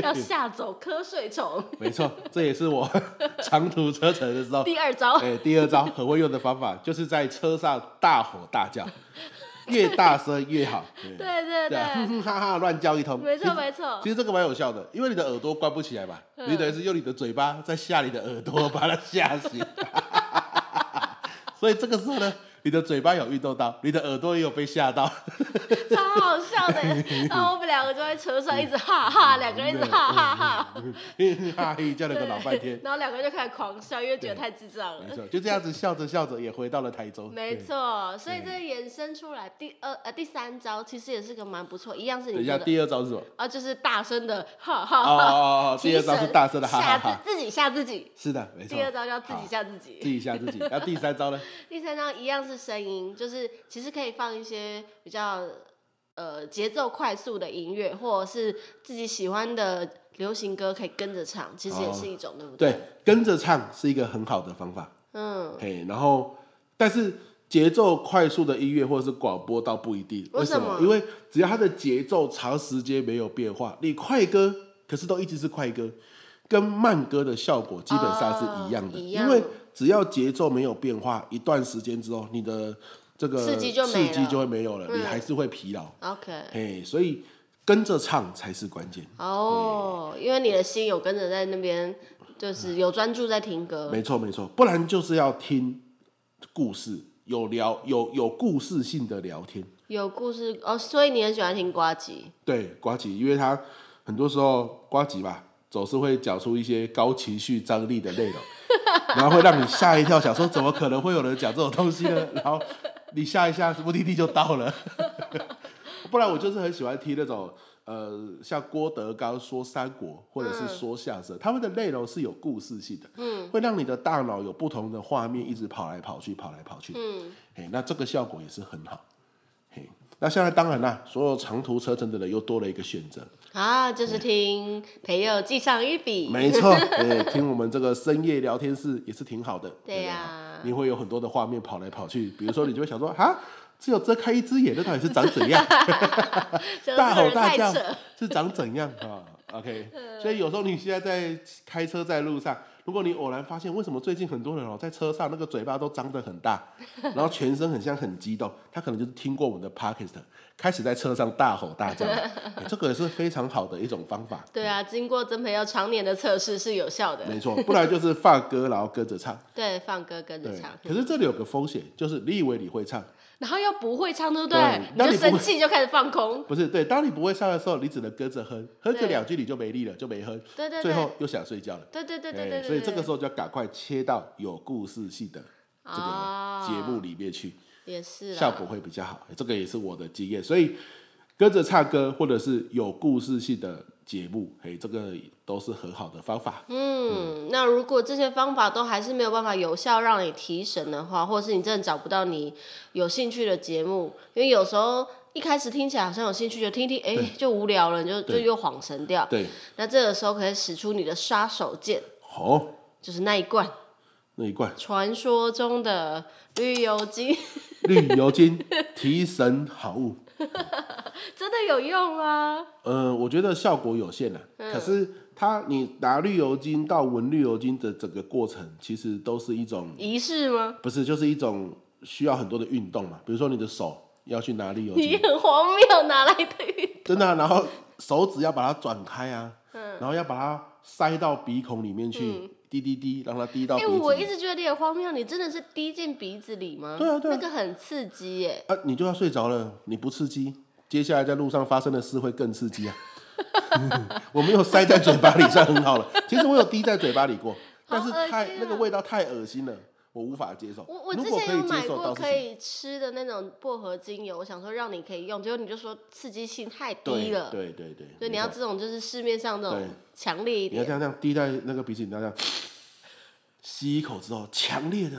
Speaker 2: 要吓走瞌睡虫。
Speaker 1: 没错，这也是我 长途车程的时候，
Speaker 2: 第二招，
Speaker 1: 哎，第二招很会用的方 法，就是在车上大吼大叫，越大声越 好。对
Speaker 2: 对对
Speaker 1: 对啊，哼
Speaker 2: 对，
Speaker 1: 哼哈哈乱叫一通。
Speaker 2: 没
Speaker 1: 其
Speaker 2: 错
Speaker 1: 实
Speaker 2: 没错嗯
Speaker 1: 其，实这个蛮有效的，因为你的耳朵关不起来嘛，你等于是用你的嘴巴在吓你的耳朵，把它吓醒。 所以这个时候呢，你的嘴巴有运动到，你的耳朵也有被吓到，
Speaker 2: 超好笑的。然后我们两个就在车上一直哈哈，两个人一直哈哈哈，
Speaker 1: 哈嘿叫了个老半天
Speaker 2: 对。然后两个人就开始狂笑，因为觉得太智障
Speaker 1: 没
Speaker 2: 了。
Speaker 1: 错，就这样子笑着笑着也回到了台州。
Speaker 2: 没错，所
Speaker 1: 嗯
Speaker 2: 以这个衍生出来第二呃第三招其实也是个蛮不错，一样是
Speaker 1: 等
Speaker 2: 你
Speaker 1: 一下，
Speaker 2: 说的
Speaker 1: 第二招是什么？
Speaker 2: 啊，就是大声的哈哈
Speaker 1: 哦
Speaker 2: 哈。
Speaker 1: 哦哦，
Speaker 2: 提
Speaker 1: 第二招是
Speaker 2: 神
Speaker 1: 大声的哈哈
Speaker 2: 吓
Speaker 1: 哈。
Speaker 2: 自自己吓自己。
Speaker 1: 是的，没错。
Speaker 2: 第二招叫自己
Speaker 1: 好
Speaker 2: 吓自己。
Speaker 1: 自己吓自 己。啊然后第三招呢？
Speaker 2: 第三张一样是声音，就是其实可以放一些比较呃节奏快速的音乐，或者是自己喜欢的流行歌可以跟着唱，其实也是一种，对不对？
Speaker 1: 哦对，跟着唱是一个很好的方法。
Speaker 2: 嗯，
Speaker 1: 嘿，然后但是节奏快速的音乐或者是广播倒不一定，
Speaker 2: 为
Speaker 1: 为
Speaker 2: 什
Speaker 1: 什
Speaker 2: 么
Speaker 1: 因为只要它的节奏长时间没有变化，你快歌可是都一直是快歌，跟慢歌的效果基本上是一样的，
Speaker 2: 哦一样
Speaker 1: 因为只要节奏没有变化，一段时间之后，你的这个
Speaker 2: 刺激就没
Speaker 1: 刺激
Speaker 2: 了嗯
Speaker 1: 就会没有了，你还是会疲劳。
Speaker 2: OK，
Speaker 1: 嘿，所以跟着唱才是关键。
Speaker 2: 哦，因为你的心有跟着在那边，就是有专注在听歌，
Speaker 1: 没错没错，不然就是要听故事，有聊有有故事性的聊天。
Speaker 2: 有故事哦，所以你很喜欢听瓜吉，
Speaker 1: 对，瓜吉，因为他很多时候瓜吉吧，总是会讲出一些高情绪张力的内容， 然后会让你吓一跳，想说怎么可能会有人讲这种东西呢？然后你吓一吓，目的地就到了。 不然我就是很喜欢听那种呃，像郭德纲说三国，或者是说相声，他们的内容是有故事性的，嗯，会让你的大脑有不同的画面一直跑来跑去，跑来跑去，嗯，嘿，那这个效果也是很好，嘿，那现在当然啦，所有长途车程的人又多了一个选择，
Speaker 2: 啊，就是听培佑记上一笔，
Speaker 1: 没 错，哎，听我们这个深夜聊天室也是挺好的，
Speaker 2: 对呀、
Speaker 1: 不对你会有很多的画面跑来跑去，比如说你就会想说，哈，只有睁开一只眼，那到底是长怎样？大
Speaker 2: 就是这个
Speaker 1: 吼
Speaker 2: 人
Speaker 1: 大
Speaker 2: 太
Speaker 1: 叫
Speaker 2: 扯，嗯
Speaker 1: 是长怎样啊？OK，所 以有时候你现在在开车在路上，如果你偶然发现为什么最近很多人哦在车上那个嘴巴都张得很 大，然后全身很像很激动，他可能就是听过我们的 Podcast，开始在车上大吼大 叫了、哎这个也是非常好的一种方法。
Speaker 2: 对啊，经过曾培佑常年的测试是有效的，
Speaker 1: 没错，不然就是放歌然后跟着唱。
Speaker 2: 对，放歌跟着
Speaker 1: 对
Speaker 2: 唱，，
Speaker 1: 可是这里有个风险，就是你以为你会唱，
Speaker 2: 然后又不会唱，对不
Speaker 1: 对
Speaker 2: 你
Speaker 1: 那
Speaker 2: 就
Speaker 1: 你不会
Speaker 2: 生气就开始放空。
Speaker 1: 不是对。当你不会唱的时候，你只能跟着哼，哼个
Speaker 2: 对
Speaker 1: 两句你就没力了，就没哼，
Speaker 2: 对对对
Speaker 1: 最后又想睡觉了。
Speaker 2: 对对对对
Speaker 1: 哎
Speaker 2: 对对。
Speaker 1: 所以这个时
Speaker 2: 候
Speaker 1: 候就要赶快切到有故事性的这
Speaker 2: 啊
Speaker 1: 个节目里面去，
Speaker 2: 也是啊啦
Speaker 1: 效果会比较好。哎这个也是我的经验，所以跟着唱歌或者是有故事性的节目，哎，这个都是很好的方法。
Speaker 2: 嗯，那如果这些方法都还是没有办法有效让你提神的话，或者是你真的找不到你有兴趣的节目，因为有时候一开始听起来好像有兴趣，就听听，哎、就无聊了，你就就
Speaker 1: 对
Speaker 2: 又恍神掉。
Speaker 1: 对，
Speaker 2: 那这个时候可以使出你的杀手锏，
Speaker 1: 好、
Speaker 2: 就是那一罐
Speaker 1: 那一罐
Speaker 2: 传说中的绿油精，
Speaker 1: 绿油精提神好物，
Speaker 2: 真的有用吗？
Speaker 1: 呃，我觉得效果有限啦，
Speaker 2: 嗯
Speaker 1: 可是它你拿绿油精到闻绿油精的整个过程，其实都是一种
Speaker 2: 仪式吗？
Speaker 1: 不是，就是一种需要很多的运动嘛，比如说你的手要去拿绿油
Speaker 2: 你
Speaker 1: 精，
Speaker 2: 很荒谬，哪来的运？
Speaker 1: 真的啊、然后手指要把它转开啊，
Speaker 2: 嗯
Speaker 1: 然后要把它塞到鼻孔里面去，滴滴滴，让它滴到
Speaker 2: 哎、
Speaker 1: 鼻
Speaker 2: 我
Speaker 1: 子
Speaker 2: 一
Speaker 1: 里。
Speaker 2: 直觉得你很荒谬，你真的是滴进鼻子里吗？
Speaker 1: 对啊对啊
Speaker 2: 那个很刺激耶。
Speaker 1: 啊，你就要睡着了，你不刺激，接下来在路上发生的事会更刺激啊！ 我没有塞在嘴巴里算很好了，其实我有滴在嘴巴里过，但是
Speaker 2: 好恶心
Speaker 1: 太、
Speaker 2: 啊
Speaker 1: 那个味道太恶心了，我无法接受。
Speaker 2: 我我
Speaker 1: 如
Speaker 2: 之
Speaker 1: 果可
Speaker 2: 前
Speaker 1: 以
Speaker 2: 有买
Speaker 1: 接受
Speaker 2: 过
Speaker 1: 倒是
Speaker 2: 可以吃的那种薄荷精油，我想说让你可以用，结果你就说刺激性太低了，
Speaker 1: 对对对对，
Speaker 2: 所以你
Speaker 1: 没
Speaker 2: 要
Speaker 1: 错
Speaker 2: 这种就是市面上这种
Speaker 1: 对
Speaker 2: 强烈一
Speaker 1: 你要这
Speaker 2: 点。
Speaker 1: 样这样滴在那个鼻子，你要这样吸一口之后，强烈的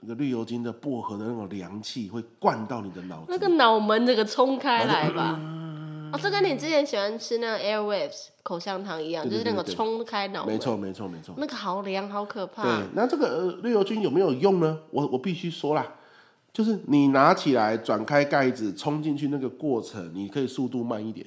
Speaker 1: 那个绿油精的薄荷的那种凉气会灌到你的脑子
Speaker 2: 那
Speaker 1: 里。
Speaker 2: 个脑门整个冲开来吧，
Speaker 1: 嗯
Speaker 2: 哦，这跟你之前喜欢吃那个 Airwaves 口香糖一样，
Speaker 1: 对对
Speaker 2: 就是那个
Speaker 1: 对对
Speaker 2: 冲开脑欸门，
Speaker 1: 没错，没错，没错。
Speaker 2: 那个好凉，好可怕。
Speaker 1: 对，那这个呃绿油精有没有用呢？我我必须说啦，就是你拿起来转开盖子冲进去那个过程，你可以速度慢一点，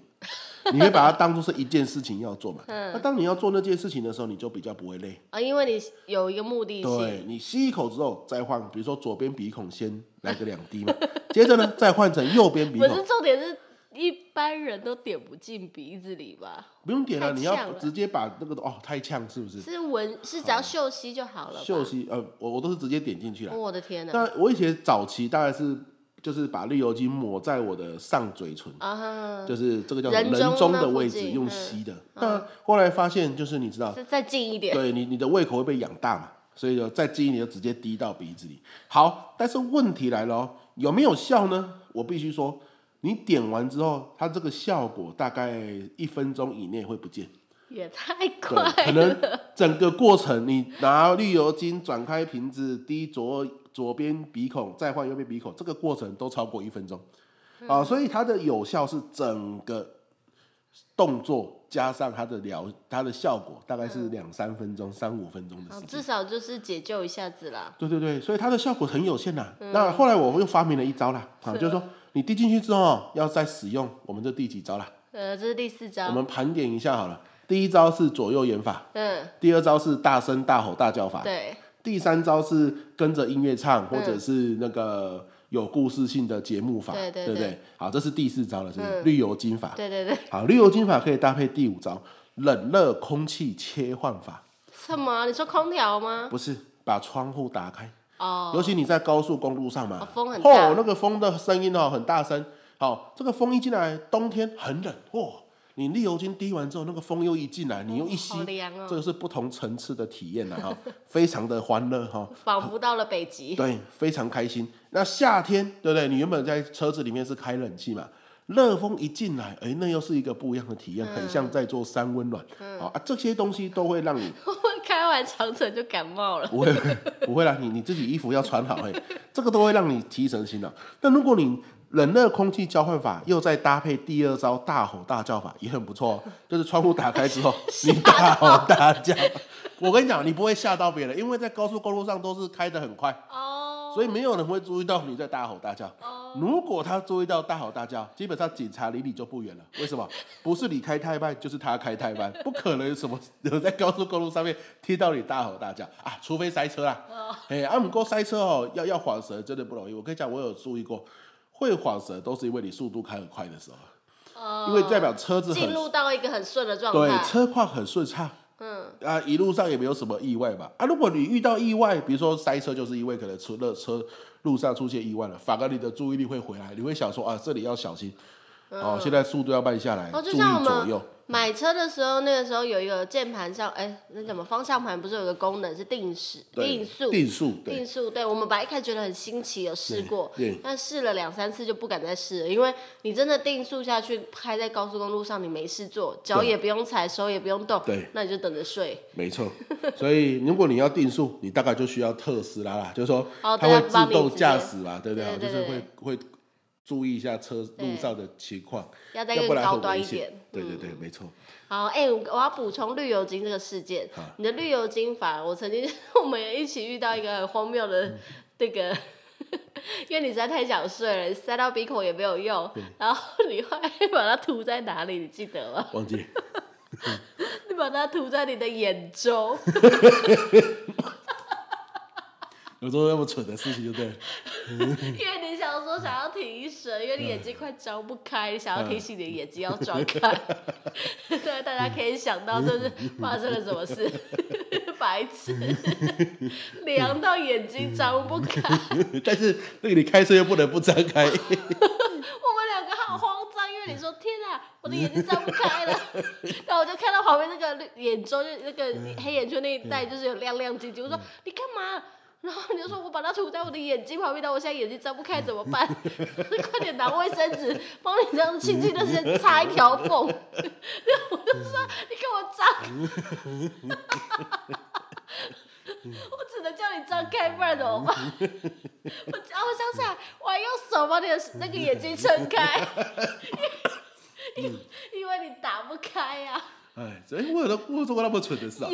Speaker 1: 你会把它当做是一件事情要做嘛。
Speaker 2: 嗯
Speaker 1: 那当你要做那件事情的时候，你就比较不会累。
Speaker 2: 啊，因为你有一个目的性，
Speaker 1: 对你吸一口之后再换，比如说左边鼻孔先来个两滴嘛，接着呢再换成右边鼻
Speaker 2: 不
Speaker 1: 孔，
Speaker 2: 是重点是一般人都点不进鼻子里吧？
Speaker 1: 不用点了，
Speaker 2: 太
Speaker 1: 你
Speaker 2: 呛
Speaker 1: 要
Speaker 2: 了
Speaker 1: 直接把那个哦，太呛是不是？
Speaker 2: 是闻是只要嗅吸就好了吧。哦嗯
Speaker 1: 秀息呃，我我都是直接点进去了。
Speaker 2: 我的天哪！
Speaker 1: 啊那我以前早期大概是就是把绿油精抹在我的上嘴唇，
Speaker 2: 啊哈，
Speaker 1: 就是这个叫
Speaker 2: 人
Speaker 1: 人
Speaker 2: 中
Speaker 1: 中
Speaker 2: 那
Speaker 1: 的
Speaker 2: 附
Speaker 1: 位置
Speaker 2: 近
Speaker 1: 用
Speaker 2: 嗯
Speaker 1: 吸的。但后来发现就是你知道，
Speaker 2: 再再近一点。
Speaker 1: 对你你的胃口会被养大嘛，所以就再激你就直接滴到鼻子里。好，但是问题来了哦，有没有效呢？我必须说，你点完之后，它这个效果大概一分钟以内会不见。
Speaker 2: 也太
Speaker 1: 对
Speaker 2: 快，
Speaker 1: 可能整个过程你拿绿油精转开瓶子，滴左左边鼻孔，再换右边鼻孔，这个过程都超过一分钟啊、所以它的有效是整个动作加上它的疗，它的效果大概是两三分钟、三五分钟的
Speaker 2: 好
Speaker 1: 时间。
Speaker 2: 至少就是解救一下子啦。
Speaker 1: 对对对，所以它的效果很有限呐、那后来我又发明了一招啦，啊，嗯就是说你滴进去之后要再使用，我们就第几招啦？
Speaker 2: 呃，这是第四
Speaker 1: 我
Speaker 2: 招。
Speaker 1: 们盘点一下好了。第一招是左右眼法，
Speaker 2: 嗯，
Speaker 1: 第二招是大声大吼大叫法，
Speaker 2: 对，嗯
Speaker 1: 第三招是跟着音乐唱，或者是那个有故事性的节目法，
Speaker 2: 对对
Speaker 1: 不对
Speaker 2: 对？嗯
Speaker 1: 好，这是第四招了，是不是？绿油精法。
Speaker 2: 对对对，
Speaker 1: 好，绿油精法可以搭配第五招冷热空气切换法，
Speaker 2: 什么？啊你说空调吗？
Speaker 1: 不是把窗户打开，
Speaker 2: 嗯哦，
Speaker 1: 尤其你在高速公路上嘛，
Speaker 2: 哦风很大
Speaker 1: 哦，那个风的声音哦很大声。好，这个风一进来，冬天很冷哦。你绿油精滴完之后，那个风又一进来，你又一吸，
Speaker 2: 好凉哦
Speaker 1: 这个是不同层次的体验了啊哈， 非常的欢乐哈。
Speaker 2: 仿佛到了北极。
Speaker 1: 对，非常开心。那夏天，对不对？你原本在车子里面是开冷气嘛，热风一进来，哎，那又是一个不一样的体验，很像在做三温暖。好啊，这些东西都会让你
Speaker 2: 我开完长城就感冒了。
Speaker 1: 不会 不会啦，你你自己衣服要穿好，哎，这个都会让你提神醒脑。那如果你冷热空气交换法又再搭配第二招大吼大叫法，也很不错、哦。就是窗户打开之后，你大吼大叫。我跟你讲，你不会吓到别人，因为在高速公路上都是开得很快。
Speaker 2: 哦，
Speaker 1: 所以没有人会注意到你在大吼大叫。如果他注意到大吼大叫，基本上警察离你就不远了。为什么？不是你开太慢，就是他开太 慢，不可能有什么有在高速公路上面听到你大吼大叫啊，除非塞车啦。
Speaker 2: 哦
Speaker 1: 哎、阿姆哥塞车哦，要要晃神真的不容易。我跟你讲，我有注意过，会晃神都是因为你速度开很快的时候，
Speaker 2: 哦
Speaker 1: 因为代表车子很
Speaker 2: 进入到一个很顺的状
Speaker 1: 对
Speaker 2: 态。
Speaker 1: 车况很顺畅。
Speaker 2: 嗯，
Speaker 1: 啊，一路上也没有什么意外嘛。啊，如果你遇到意外，比如说塞车就是意外，可能除了车路上出现意外了，反而你的注意力会回来，你会想说啊，这里要小心，哦，现在速度要慢下来，
Speaker 2: 嗯哦就
Speaker 1: 注
Speaker 2: 像我
Speaker 1: 意
Speaker 2: 们
Speaker 1: 左右。
Speaker 2: 买车的时候，那个时候有一个键盘上，哎、那叫什么方向盘不是有个功能是定时、
Speaker 1: 对
Speaker 2: 定速、
Speaker 1: 定速，对
Speaker 2: 定速，对我们本来一开始觉得很新奇，有试过
Speaker 1: 对对，
Speaker 2: 但试了两三次就不敢再试了，因为你真的定速下去，开在高速公路上，你没事做，脚
Speaker 1: 对
Speaker 2: 也不用踩，手也不用动，
Speaker 1: 对
Speaker 2: 那你就等着睡。
Speaker 1: 没错。所以如果你要定速，你大概就需要特斯拉啦，就是说
Speaker 2: 哦
Speaker 1: 它
Speaker 2: 对
Speaker 1: 会
Speaker 2: 它帮
Speaker 1: 自
Speaker 2: 你
Speaker 1: 动
Speaker 2: 直
Speaker 1: 驾
Speaker 2: 接
Speaker 1: 驶嘛，对不
Speaker 2: 对
Speaker 1: 哦
Speaker 2: 对
Speaker 1: 就是
Speaker 2: 对
Speaker 1: 会会注意一下车
Speaker 2: 对
Speaker 1: 路上的情况，
Speaker 2: 要再
Speaker 1: 要不
Speaker 2: 更
Speaker 1: 然
Speaker 2: 高
Speaker 1: 很
Speaker 2: 端
Speaker 1: 危
Speaker 2: 一
Speaker 1: 险
Speaker 2: 点。嗯
Speaker 1: 对对对，没错。
Speaker 2: 好，哎、我我要补充绿油精这个事件
Speaker 1: 好。
Speaker 2: 你的绿油精法，我曾经 我们也一起遇到一个很荒谬的这个， 因为你实在太想睡了，塞到鼻孔也没有用，然后你后来把它涂在哪里？你记得吗？
Speaker 1: 忘记
Speaker 2: 你把它涂在你的眼周，
Speaker 1: 有做那么蠢的事情就对了。
Speaker 2: 因为你想说想要提神，因为你眼睛快张不开，你想要提醒你的眼睛要张开。 对，大家可以想到这是发生了什么事， 白痴， 凉到眼睛张不开。
Speaker 1: 但是那个你开车又不能不张开，
Speaker 2: 我们两个好慌张，因为你说天啊，我的眼睛张不开了， 然后我就看到旁边那个绿眼周就那个黑眼圈那一带就是有亮亮晶晶，我说你干嘛？ 然后你就说我把它涂在我的眼睛旁边，但我现在眼睛张不开怎么办？ 快点拿卫生纸帮你这样轻轻的先擦一条缝。然 后我就说你给我张 开，我只能叫你张开，不然怎么办？我哦，我想起来，我还用手把你的那个眼睛撑开，因为因为你打不开呀、
Speaker 1: 哎，所以我有我有做过那么蠢的事啊！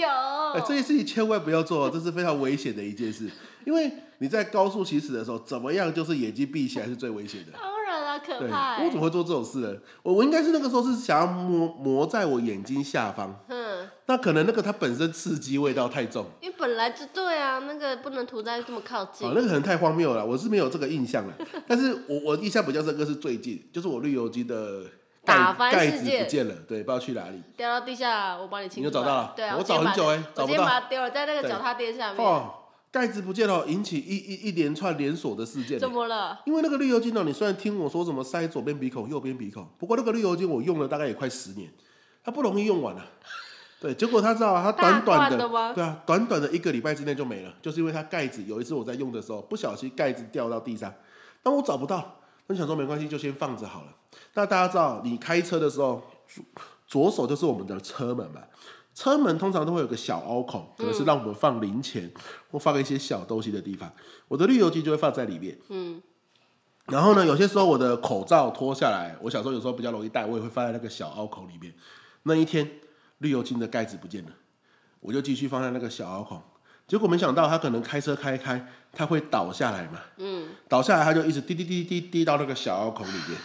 Speaker 1: 哎，
Speaker 2: 有，
Speaker 1: 这件事情千万不要做哦，这是非常危险的一件事，因为你在高速行驶的时候，怎么样就是眼睛闭起来是最危险的。
Speaker 2: 当然啊，可
Speaker 1: 对，
Speaker 2: 怕、
Speaker 1: 我怎
Speaker 2: 欸。
Speaker 1: 么会做这种事呢？我我应该是那个时候是想要磨磨在我眼睛下方，
Speaker 2: 嗯，
Speaker 1: 那可能那个它本身刺激味道太重，
Speaker 2: 因为本来就对啊，那个不能涂在这么靠近
Speaker 1: 啊，。那个可能太荒谬了，我是没有这个印象 了。但是我我印象比较深刻是最近，就是我绿油机的盖
Speaker 2: 打翻
Speaker 1: 盖
Speaker 2: 世
Speaker 1: 子
Speaker 2: 界
Speaker 1: 不见了，对，不知道去哪里。
Speaker 2: 掉到地下，我帮你清出来。
Speaker 1: 你就找到了
Speaker 2: 对啊，
Speaker 1: 我
Speaker 2: 今天
Speaker 1: 找很久
Speaker 2: 把
Speaker 1: 欸找不
Speaker 2: 我今天
Speaker 1: 到
Speaker 2: 把它丢了在那个
Speaker 1: 对
Speaker 2: 脚踏垫下面。
Speaker 1: 哦，盖子不见了，引起一一一连串连锁的事件。
Speaker 2: 怎么了？
Speaker 1: 因为那个绿油精呢，你虽然听我说什么塞左边鼻孔、右边鼻孔，不过那个绿油精我用了大概也快十年，它不容易用完啊。对，结果他知道啊，它短短
Speaker 2: 大罐的吗
Speaker 1: 对啊，短短的一个礼拜之内就没了，就是因为它盖子有一次我在用的时候不小心盖子掉到地上，但我找不到，那就想说没关系，就先放着好了。那大家知道，你开车的时候，左左手就是我们的车门嘛，车门通常都会有个小凹孔，可
Speaker 2: 嗯
Speaker 1: 能是让我们放零钱或放一些小东西的地方。我的绿油精就会放在里面，嗯。然后呢，有些时候我的口罩脱下来，我小时候有时候比较容易戴，我也会放在那个小凹孔里面。那一天，绿油精的盖子不见了，我就继续放在那个小凹孔。结果没想到，它可能开车开一开，它会倒下来嘛。嗯。倒下来，它就一直滴滴滴滴滴到那个小凹孔里面。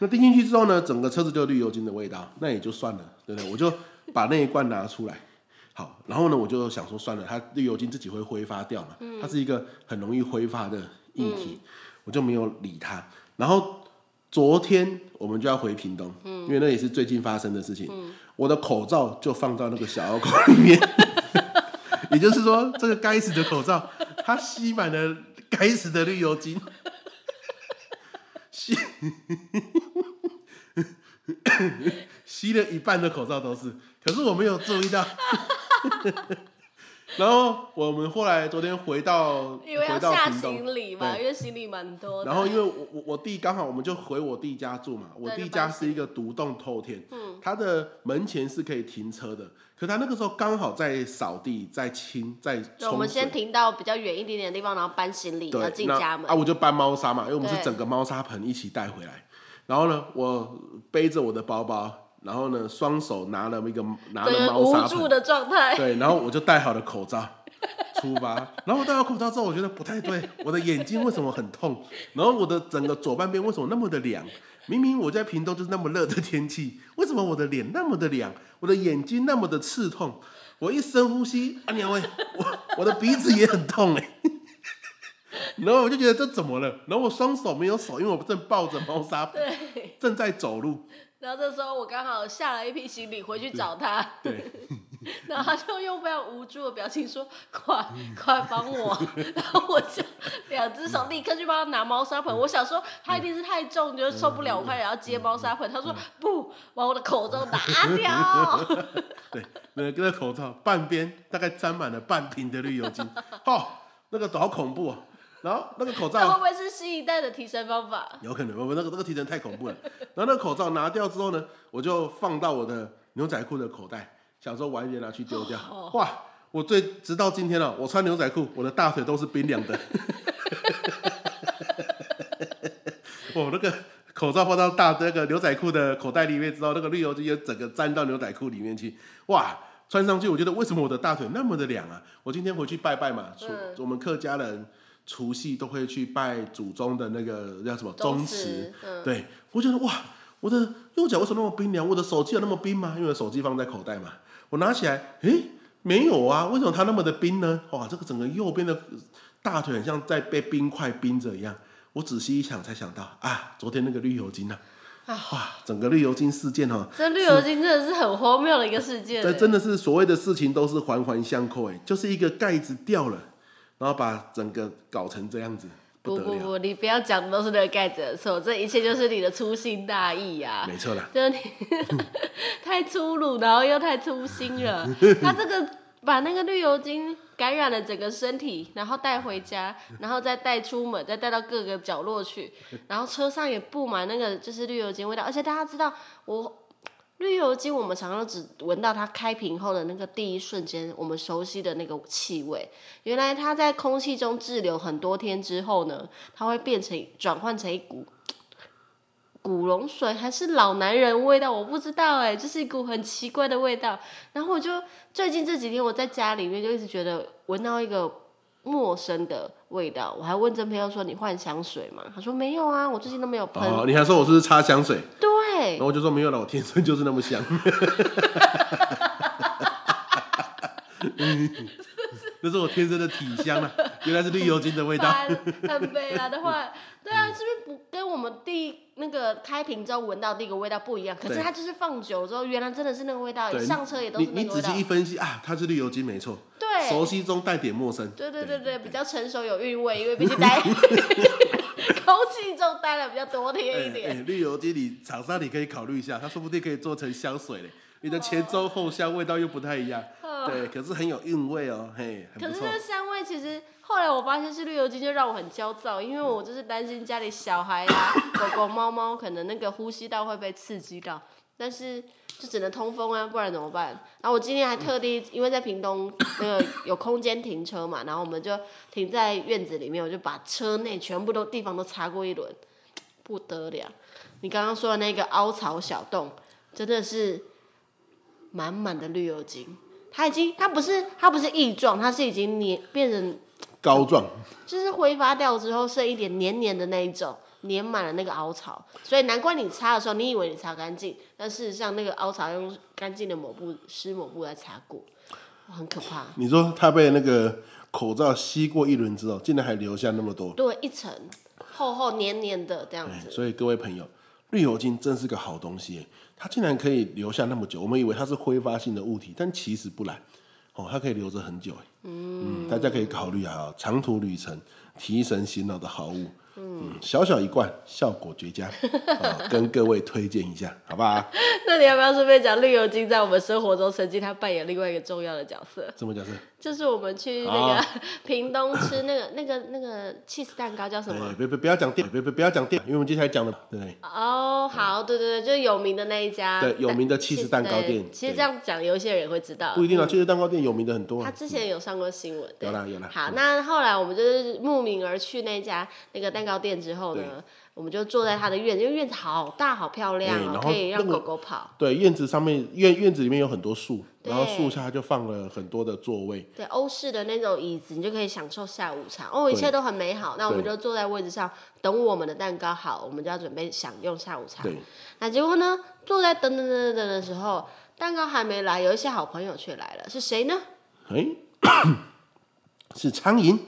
Speaker 1: 那滴进去之后呢，整个车子就有绿油精的味道，那也就算了，对不对？我就把那一罐拿出来，好，然后呢，我就想说算了，它绿油精自己会挥发掉嘛，它是一个很容易挥发的液体，我就没有理它。然后昨天我们就要回屏东，因为那也是最近发生的事情，我的口罩就放到那个小凹口里面，也就是说，这个该死的口罩，它吸满了该死的绿油精。吸吸了一半的口罩都是，可是我没有注意到。 然后我们后来昨天回到
Speaker 2: 以为要
Speaker 1: 回到
Speaker 2: 下
Speaker 1: 屏东，
Speaker 2: 行李嘛，
Speaker 1: 对
Speaker 2: 因为行李蛮多的。
Speaker 1: 然后因为我我我弟刚好我们就回我弟家住嘛，我弟家是一个独栋透天，
Speaker 2: 嗯
Speaker 1: 他的门前是可以停车的，可他那个时候刚好在扫地，在清，在
Speaker 2: 对我
Speaker 1: 冲
Speaker 2: 们
Speaker 1: 水
Speaker 2: 先。停到比较远一点点的地方，然后搬行李，然后
Speaker 1: 对，
Speaker 2: 进
Speaker 1: 那
Speaker 2: 家门
Speaker 1: 啊，。我就搬猫砂嘛，因为我们是
Speaker 2: 对
Speaker 1: 整个猫砂盆一起带回来。然后呢，我背着我的包包，然后呢，双手拿了一个啊拿
Speaker 2: 整
Speaker 1: 了
Speaker 2: 个
Speaker 1: 猫
Speaker 2: 无
Speaker 1: 砂
Speaker 2: 助
Speaker 1: 盆，
Speaker 2: 的状态。
Speaker 1: 对，然后我就戴好了口罩出发。然后戴好口罩之后，我觉得不太对，我的眼睛为什么很痛？然后我的整个左半边为什么那么的凉？明明我在屏东就是那么热的天气，为什么我的脸那么的凉，我的眼睛那么的刺痛？我一深呼吸，啊娘喂，我我的鼻子也很痛哎、 然后我就觉得这怎么了？然后我双手没有手，因为我正抱着猫砂盆，
Speaker 2: 对，
Speaker 1: 正在走路。
Speaker 2: 然后这时候我刚好下了一批行李回去找他，
Speaker 1: 对，
Speaker 2: 然后他就用非常无助的表情说：“快快帮我！”然后我就两只手立刻去帮他拿猫砂盆。我想说他一定是太重，就是受不了，我快点要接猫砂盆。他说：“不，把我的口罩拿掉。
Speaker 1: 对，那个口罩半边大概沾满了半瓶的绿油精，哦，那个好恐怖哦。然后那个口”
Speaker 2: 这会
Speaker 1: 罩
Speaker 2: 不会是新一代的提升方法？
Speaker 1: 有可能，我那个那个提成太恐怖了。然后那个口罩拿掉之后呢，我就放到我的牛仔裤的口袋，想说晚一点拿去丢掉。哇，我最直到今天了、我穿牛仔裤，我的大腿都是冰凉的。我那个口罩放到大那个牛仔裤的口袋里面之后，那个绿油精也整个沾到牛仔裤里面去，哇！穿上去，我觉得为什么我的大腿那么的凉啊？我今天回去拜拜嘛，除、
Speaker 2: 嗯
Speaker 1: 我们客家人除夕都会去拜祖宗的那个叫什么
Speaker 2: 宗
Speaker 1: 宗
Speaker 2: 祠
Speaker 1: 祠，
Speaker 2: 嗯
Speaker 1: 对我觉得哇，我的右脚为什么那么冰凉？我的手机有那么冰吗？因为我手机放在口袋嘛，我拿起来，诶，没有啊，为什么它那么的冰呢？哇，这个整个右边的大腿很像在被冰块冰着一样。我仔细一想才想到啊，昨天那个绿油精啊，哇，整个绿油精事件哦，
Speaker 2: 这绿油精真的是很荒谬的一个事件
Speaker 1: 这。真的是所谓的事情都是环环相扣，哎，就是一个盖子掉了，然后把整个搞成这样子，
Speaker 2: 不
Speaker 1: 得
Speaker 2: 不
Speaker 1: 了，
Speaker 2: 不，你不要讲都是那个盖子的错，这一切就是你的粗心大意啊呀、
Speaker 1: 没错啦。
Speaker 2: 就是你 太粗鲁，然后又太粗心了。他这个把那个绿油精感染了整个身体，然后带回家，然后再带出门，再带到各个角落去，然后车上也布满那个就是绿油精味道。而且大家知道，我绿油精我们常常只闻到它开瓶后的那个第一瞬间，我们熟悉的那个气味。原来它在空气中滞留很多天之后呢，它会变成转换成一股古龙水还是老男人味道，我不知道哎、就是一股很奇怪的味道。然后我就最近这几天我在家里面就一直觉得闻到一个陌生的味道，我还问真朋友说你换香水吗？他说没有啊，我最近都没有喷。
Speaker 1: 哦，你还说我是不是擦香水？
Speaker 2: 对
Speaker 1: 然，后我就说没有了，我天生就是那么香。 那是我天生的体香啊，原来是绿油精的味道。
Speaker 2: 烦，很悲啊的话，对
Speaker 1: 嗯
Speaker 2: 啊，是不是不跟我们第那个开瓶之后闻到第一个味道不一样？可是
Speaker 1: 对
Speaker 2: 它就是放久了之后，原来真的是那个味道，
Speaker 1: 对，
Speaker 2: 上车也都
Speaker 1: 你
Speaker 2: 是那
Speaker 1: 你
Speaker 2: 个
Speaker 1: 仔
Speaker 2: 味道
Speaker 1: 细一。分析啊，它是绿油精没错，
Speaker 2: 对
Speaker 1: 熟悉中带点陌生。
Speaker 2: 对对对对，比较成熟有韵味，因为毕竟 待空气中待了比较多天一
Speaker 1: 哎哎
Speaker 2: 点。
Speaker 1: 绿油精你厂商你可以考虑一下，它说不定可以做成香 水嘞。你的前中后香味道又不太一样，对，可是很有韵味哦，嘿，很
Speaker 2: 哦可
Speaker 1: 不
Speaker 2: 是
Speaker 1: 错
Speaker 2: 那。个香味，其实后来我发现是绿油精，就让我很焦躁，因
Speaker 1: 嗯
Speaker 2: 为我就是担心家里小孩啊、狗狗、猫猫，可能那个呼吸道会被刺激到，但是就只能通风啊，不然怎么办？然后我今天还特地，因为在屏东那个有空间停车嘛，然后我们就停在院子里面，我就把车内全部都地方都擦过一轮，不得了！你刚刚说的那个凹槽小洞，真的是满满的绿油精。它已经，它不是，它不是异状，它是已经黏变成，
Speaker 1: 膏状，
Speaker 2: 就是挥发掉之后剩一点黏黏的那一种，黏满了那个凹槽，所以难怪你擦的时候，你以为你擦干净，但事实上那个凹槽用干净的抹布、湿抹布来擦过，哇很可怕。
Speaker 1: 你说它被那个口罩吸过一轮之后，竟然还留下那么多，
Speaker 2: 对，一层厚厚黏黏的这样
Speaker 1: 哎
Speaker 2: 子，
Speaker 1: 所以各位朋友，绿油精真是个好东西耶，它竟然可以留下那么久。我们以为它是挥发性的物体，但其实不然，哦，它可以留着很久。哎嗯，大家可以考虑啊，长途旅程提神醒脑的好物。嗯，小小一罐，效果绝佳，啊，跟各位推荐一下，好不好？
Speaker 2: 那你要不要顺便讲绿油精在我们生活中曾经它扮演另外一个重要的角色？
Speaker 1: 这么讲是，
Speaker 2: 就是我们去那个 屏东吃那个那个那个 cheese 蛋糕叫什么
Speaker 1: 哎，？别别不要讲店，别别不要讲店，因为我们接下来讲的，对不对？
Speaker 2: 哦，好，对对对，就是有名的那一
Speaker 1: 嗯
Speaker 2: 家，
Speaker 1: 对有名的
Speaker 2: 但
Speaker 1: cheese 蛋糕店
Speaker 2: 对其实
Speaker 1: 对
Speaker 2: 这样讲，有一些人会知道
Speaker 1: 不。一定啊，其实蛋糕店有名的很多
Speaker 2: 他
Speaker 1: 啊。
Speaker 2: 之前有上过新闻，对
Speaker 1: 有啦有嗯啦
Speaker 2: 好，那后来我们就是慕名而去那家那个蛋糕店之后呢，我们就坐在他的院子，因为院子好大好漂亮
Speaker 1: 对
Speaker 2: 哦
Speaker 1: 然，后
Speaker 2: 可以让
Speaker 1: 那
Speaker 2: 狗
Speaker 1: 个
Speaker 2: 狗跑。
Speaker 1: 对，院子上面院院子里面有很多树，然后
Speaker 2: 对
Speaker 1: 树下就放了很多的座位。
Speaker 2: 对欧式的那种椅子，你就可以享受下午茶哦，一
Speaker 1: 对
Speaker 2: 切都很美好。那我们
Speaker 1: 对
Speaker 2: 就坐在位置上等我们的蛋糕好，我们就要准备享用下午茶。
Speaker 1: 对，
Speaker 2: 那结果呢，坐在等等等等等的时候，蛋糕还没来，有一些好朋友却来了，是谁呢？
Speaker 1: 哎、 是苍蝇，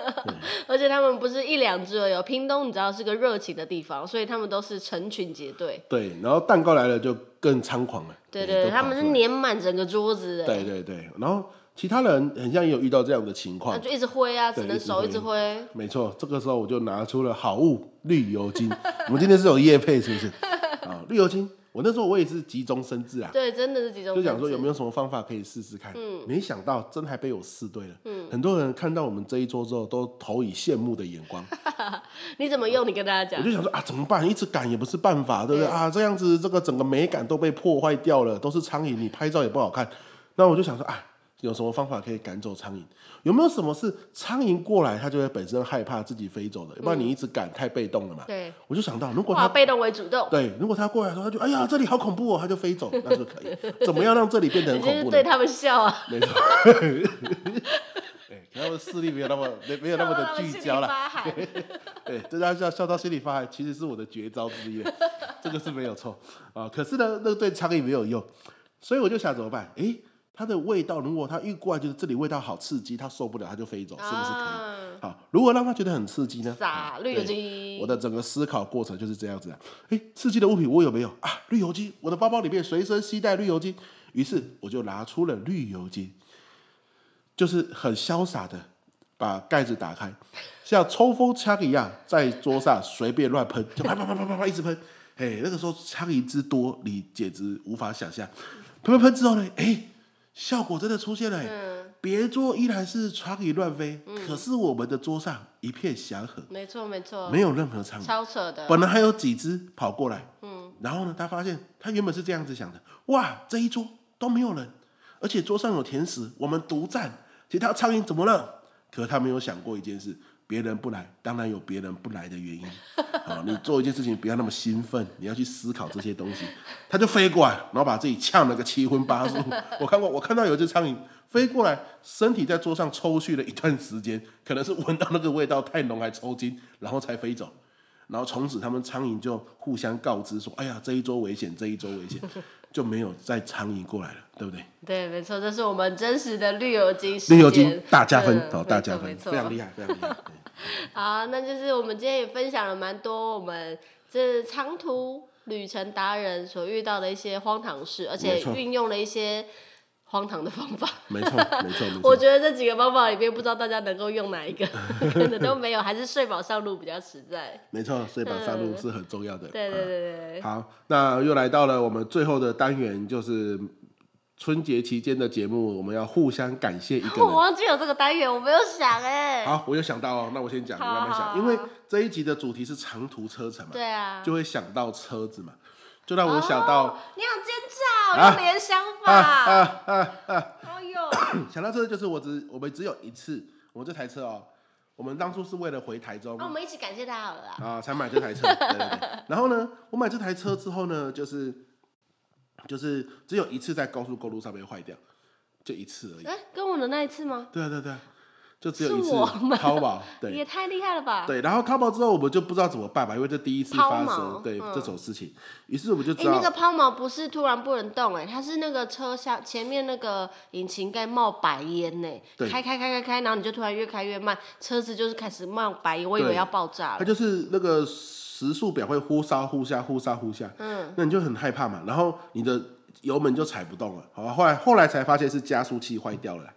Speaker 2: 而且他们不是一两只而已哦，屏东你知道是个热情的地方，所以他们都是成群结队。
Speaker 1: 对，然后蛋糕来了就更猖狂了，
Speaker 2: 对
Speaker 1: 哎
Speaker 2: 对
Speaker 1: 都
Speaker 2: 对，
Speaker 1: 跑
Speaker 2: 他们是
Speaker 1: 出来
Speaker 2: 粘满整个桌子的，
Speaker 1: 对对对，然后其他人很像也有遇到这样的情
Speaker 2: 那
Speaker 1: 况，
Speaker 2: 就一直挥啊，只
Speaker 1: 对
Speaker 2: 能
Speaker 1: 一直
Speaker 2: 手一
Speaker 1: 挥
Speaker 2: 直挥。
Speaker 1: 没错，这个时候我就拿出了好物绿油精， 我们今天是有叶配 是不是？啊，绿油精，我那时候我也是急中生智啊，
Speaker 2: 对，嗯真的是集中
Speaker 1: 就想
Speaker 2: 控
Speaker 1: 说
Speaker 2: 制
Speaker 1: 有没有什么方法可以试试看。没想到真还被我试对了。
Speaker 2: 嗯
Speaker 1: 很多人看到我们这一桌之后，都投以羡慕的眼光。
Speaker 2: 你怎么用？你跟大家讲
Speaker 1: 我。就想说啊，怎么办？一直赶也不是办法，对不对啊？这样子，这个整个美感都被破坏掉了，都是苍蝇，你拍照也不好看。那我就想说啊，有什么方法可以赶走苍蝇？有没有什么是苍蝇过来，它就会本身害怕自己飞走的？要不然你一直赶太被动了嘛。
Speaker 2: 对，
Speaker 1: 我就想到，如果它
Speaker 2: 化被动为主动。
Speaker 1: 对，如果它过来的时候，它就哎呀，这里好恐怖哦，它就飞走，那就可 以。怎么样让这里变得很
Speaker 2: 你就是
Speaker 1: 恐怖呢
Speaker 2: 对？他们笑啊，
Speaker 1: 没错。 哎，可能我的视力没有那么没 没有那么的聚焦了。
Speaker 2: 发汗。
Speaker 1: 对，这大家笑笑到心里发寒，其实是我的绝招之一的，这个是没有错啊。可是呢，那对苍蝇没有用，所以我就想怎么办？诶，它的味道，如果它遇过来就是这里味道好刺激，它受不了，它就飞走，是不是可以？
Speaker 2: 啊
Speaker 1: 好，如果让它觉得很刺激呢？
Speaker 2: 撒
Speaker 1: 啊
Speaker 2: 绿油
Speaker 1: 对
Speaker 2: 精
Speaker 1: 我的整个思考过程就是这样子啊。诶，刺激的物品我有没有啊？绿油精，我的包包里面随身携带绿油精，于是我就拿出了绿油精，就是很潇洒的把盖子打开， 像抽风枪一样在桌上随便乱喷，就啪啪啪啪啪啪一直喷。哎，那个时候苍蝇之多，你简直无法想象。喷喷喷之后呢，哎，效果真的出现了。嗯、别桌依然是苍蝇乱飞，可是我们的桌上一片祥和，
Speaker 2: 没错没错，
Speaker 1: 没有任何苍蝇。
Speaker 2: 超扯的。
Speaker 1: 本来还有几只跑过来，嗯，然后呢，他发现他原本是这样子想的，哇，这一桌都没有人，而且桌上有甜食，我们独占，其他苍蝇怎么了？可他没有想过一件事，别人不来，当然有别人不来的原因。啊，你做一件事情不要那么兴奋，你要去思考这些东西。他就飞过来，然后把自己呛了个七荤八素。我看过，我看到有一只苍蝇飞过来，身体在桌上抽搐了一段时间，可能是闻到那个味道太浓还抽筋，然后才飞走。 然后从此他们苍蝇就互相告知说：“哎呀，这一周危险，这一周危险。”就没有再苍蝇过来了，对不对？
Speaker 2: 对，没错，这是我们真实的绿油精时
Speaker 1: 绿油
Speaker 2: 间
Speaker 1: 精大加分
Speaker 2: 嗯，
Speaker 1: 哦，
Speaker 2: 没
Speaker 1: 大
Speaker 2: 错
Speaker 1: 加
Speaker 2: 没
Speaker 1: 分，
Speaker 2: 错
Speaker 1: 非常厉害，非 常厉害。对
Speaker 2: 好，那就是我们今天也分享了蛮多我们这长途旅程达人所遇到的一些荒唐事，而且
Speaker 1: 没错
Speaker 2: 运用了一些荒唐的方法。
Speaker 1: 没错，没错，没
Speaker 2: 我
Speaker 1: 错。
Speaker 2: 觉得这几个方法里面，不知道大家能够用 哪一个，可能都没有，还是睡饱上路比较实在。
Speaker 1: 没错，所以把上路是很重要的。
Speaker 2: 嗯对对对对对，
Speaker 1: 好，那又来到了我们最后的单元，就是春节期间的节目，我们要互相感谢一个
Speaker 2: 哦我
Speaker 1: 人。
Speaker 2: 忘记有这个单元，我没有想哎、
Speaker 1: 好，我有想到哦，那我先讲，你慢慢
Speaker 2: 好好
Speaker 1: 想，因为这一集的主题是长途车程嘛，
Speaker 2: 对啊，
Speaker 1: 就会想到车子嘛，就让我想到
Speaker 2: 哦、你好奸诈哦，
Speaker 1: 啊
Speaker 2: 用联想
Speaker 1: 啊啊
Speaker 2: 法，
Speaker 1: 啊啊！
Speaker 2: 哎呦，
Speaker 1: 想到这个就是我只我们只有一次，我们这台车哦，我们当初是为了回台中
Speaker 2: 啊那我们一起感谢他好了啦。
Speaker 1: 啊，才买这 台车。对对对。然后呢，我买这台车之后呢，就是就是只有一次在高速公路上面坏掉，就一次而 已。
Speaker 2: 哎、跟我的那一次吗？
Speaker 1: 对啊对啊对啊，就只有一次
Speaker 2: 是我吗
Speaker 1: 淘宝
Speaker 2: 也
Speaker 1: 对。
Speaker 2: 太厉害了吧！
Speaker 1: 对，然后淘宝之后我们就不知道怎么办嘛，因为这第一次
Speaker 2: 抛
Speaker 1: 发
Speaker 2: 锚
Speaker 1: 生对、
Speaker 2: 嗯
Speaker 1: 这种事情，于是我们就
Speaker 2: 哎、
Speaker 1: 知道、
Speaker 2: 那个抛锚不是突然不能动、哎，它是那个车厢前面那个引擎盖冒白烟呢、
Speaker 1: 对
Speaker 2: 开开开开开，然后你就突然越开越慢，车子就是开始冒白烟，我以为
Speaker 1: 对
Speaker 2: 要爆炸
Speaker 1: 它
Speaker 2: 了。
Speaker 1: 就是那个时速表会忽上忽下，忽上忽下，嗯，那你就很害怕嘛，然后你的油门就踩不动了，好吧，后来后来才发现是加速器坏掉了啦，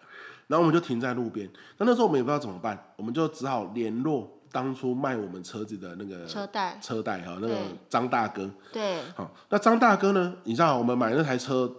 Speaker 1: 然后我们就停在路边，那那时候我们也不知道怎么办，我们就只好联络当初卖我们车子的那个
Speaker 2: 车贷
Speaker 1: 车贷哈，那个
Speaker 2: 对
Speaker 1: 张大哥，
Speaker 2: 对，
Speaker 1: 好，那张大哥呢，你知道我们买那台车，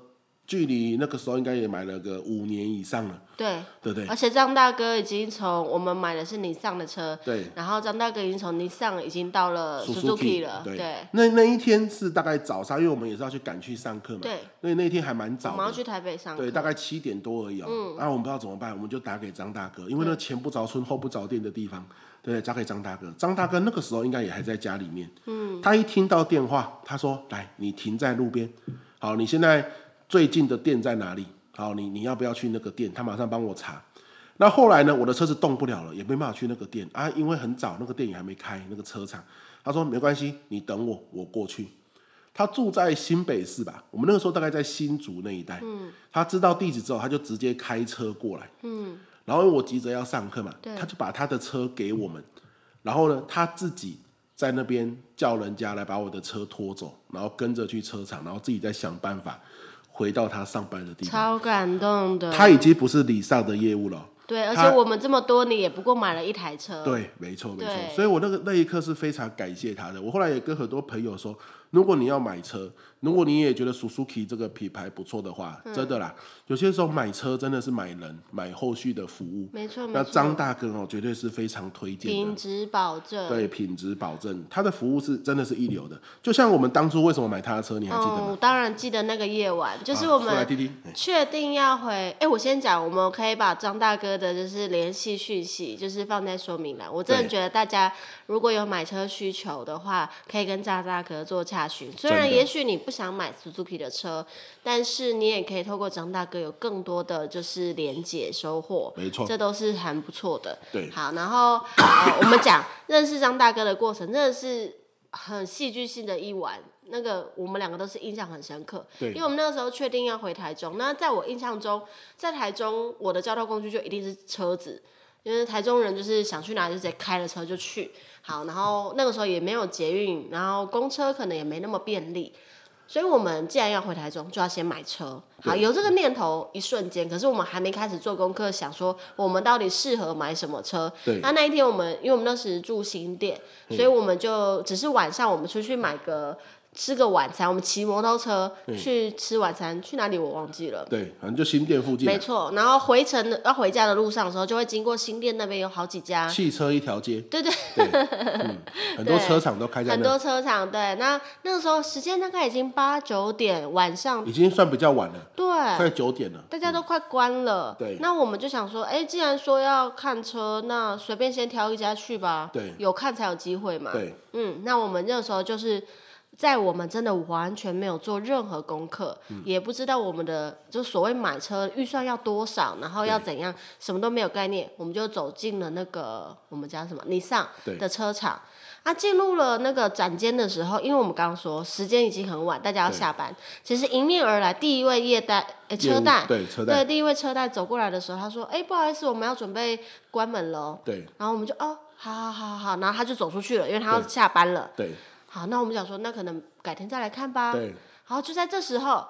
Speaker 1: 距离那个时候应该也买了个五年以上了，
Speaker 2: 对，
Speaker 1: 对不对？
Speaker 2: 而且张大哥已经从我们买的是尼桑的车，
Speaker 1: 对，
Speaker 2: 然后张大哥已经从尼桑已经到了
Speaker 1: Suzuki，
Speaker 2: Suzuki 了，
Speaker 1: 对，
Speaker 2: 对，
Speaker 1: 那那一天是大概早上，因为我们也是要去赶去上课嘛，
Speaker 2: 对，
Speaker 1: 所以那一天还蛮
Speaker 2: 我
Speaker 1: 早
Speaker 2: 们要
Speaker 1: 的，
Speaker 2: 去台北上
Speaker 1: 对，
Speaker 2: 课。
Speaker 1: 大概七点多而已哦。嗯，然后我们不知道怎么办，我们就打给张大哥，因为那前不着村后不着店的地方，对，打给张大哥。张大哥那个时候应该也还在家里面，嗯，他一听到电话，他说：“来，你停在路边，好，你现在最近的店在哪里？好，你你要不要去那个店？他马上帮我查。”那后来呢？我的车子动不了了，也没办法去那个店啊，因为很早，那个店也还没开，那个车厂。他说没关系，你等我，我过去。他住在新北市吧，我们那个时候大概在新竹那一带。嗯，他知道地址之后，他就直接开车过来。嗯，然后因为我急着要上课嘛，他就把他的车给我们，然后呢，他自己在那边叫人家来把我的车拖走，然后跟着去车厂，然后自己再想办法回到他上班的地方。
Speaker 2: 超感动的，
Speaker 1: 他已经不是李尚的业务了哦。
Speaker 2: 对，而
Speaker 1: 他
Speaker 2: 且我们这么多年也不过买了一台车，
Speaker 1: 对，没错，没错。
Speaker 2: 嗯对
Speaker 1: 所以我那个那一刻是非常感谢他的。我后来也跟很多朋友说，如果你要买车，如果你也觉得 Suzuki 这个品牌不错的话，
Speaker 2: 嗯
Speaker 1: 真的啦，有些时候买车真的是买人，买后续的服务。
Speaker 2: 没错
Speaker 1: 那
Speaker 2: 没
Speaker 1: 张
Speaker 2: 错，
Speaker 1: 大哥哦，绝对是非常推荐
Speaker 2: 品
Speaker 1: 的。
Speaker 2: 质保证，
Speaker 1: 对品质保证，他的服务是真的是一流的。就像我们当初为什么买他的车，你还记得
Speaker 2: 嗯，
Speaker 1: 吗？
Speaker 2: 我当然记得那个夜晚，就是
Speaker 1: 啊
Speaker 2: 我
Speaker 1: 说来
Speaker 2: 们
Speaker 1: 滴滴，哎
Speaker 2: 确定要回。哎、我先讲，我们可以把张大哥的就是联系讯息，就是放在说明栏。我真的
Speaker 1: 对
Speaker 2: 觉得大家如果有买车需求的话，可以跟张大哥做洽询。虽
Speaker 1: 真
Speaker 2: 然
Speaker 1: 的
Speaker 2: 也许你不想买 Suzuki 的车，但是你也可以透过张大哥有更多的就是连结收获。
Speaker 1: 没错
Speaker 2: 这都是很不错的。
Speaker 1: 对
Speaker 2: 好，然后呃，我们讲认识张大哥的过程，真的是很戏剧性的一晚。那个我们两个都是印象很深刻，
Speaker 1: 对
Speaker 2: 因为我们那个时候确定要回台中。那在我印象中，在台中我的交通工具就一定是车子，因为台中人就是想去哪里就直接开了车就去。好，然后那个时候也没有捷运，然后公车可能也没那么便利，所以我们既然要回台中，就要先买车。好，有这个念头一瞬间，可是我们还没开始做功课，想说我们到底适合买什么车。
Speaker 1: 对嗯
Speaker 2: 那那一天我们，因为我们那时住新店，所以我们就只是晚上我们出去买个吃个晚餐，我们骑摩托车
Speaker 1: 嗯
Speaker 2: 去吃晚餐，去哪里我忘记了。
Speaker 1: 对，反正就新店附近啊
Speaker 2: 没，错，然后回程的要回家的路上的时候，就会经过新店那边有好几家，
Speaker 1: 汽车一条街，嗯
Speaker 2: 对对，
Speaker 1: 很多
Speaker 2: 对
Speaker 1: 车厂都开在
Speaker 2: 很
Speaker 1: 那，
Speaker 2: 多车厂。对，那那个时候时间大概已经八九点晚上，
Speaker 1: 已经算比较晚了，
Speaker 2: 对，
Speaker 1: 快九点了。嗯
Speaker 2: 大家都快关了。
Speaker 1: 对
Speaker 2: 那我们就想说，哎，既然说要看车，那随便先挑一家去吧。
Speaker 1: 对
Speaker 2: 有看才有机会嘛。
Speaker 1: 对，
Speaker 2: 嗯，那我们那时候就是在我们真的完全没有做任何功课，
Speaker 1: 嗯
Speaker 2: 也不知道我们的就所谓买车预算要多少，然后要怎样，什么都没有概念，我们就走进了那个我们家什么尼桑
Speaker 1: 对
Speaker 2: 的车场。啊，进入了那个展间的时候，因为我们刚刚说时间已经很晚，大家要
Speaker 1: 对
Speaker 2: 下班。其实迎面而来第一位业代，诶
Speaker 1: 业
Speaker 2: 车
Speaker 1: 务
Speaker 2: 贷，
Speaker 1: 对车贷
Speaker 2: 对，第一位车贷走过来的时候，他说：“哎、不好意思，我们要准备关门喽。
Speaker 1: 对”
Speaker 2: 然后我们就哦，好好好好好，然后他就走出去了，因为他要
Speaker 1: 对
Speaker 2: 下班了。
Speaker 1: 对
Speaker 2: 好，那我们想说，那可能改天再来看吧。
Speaker 1: 对，
Speaker 2: 然后就在这时候，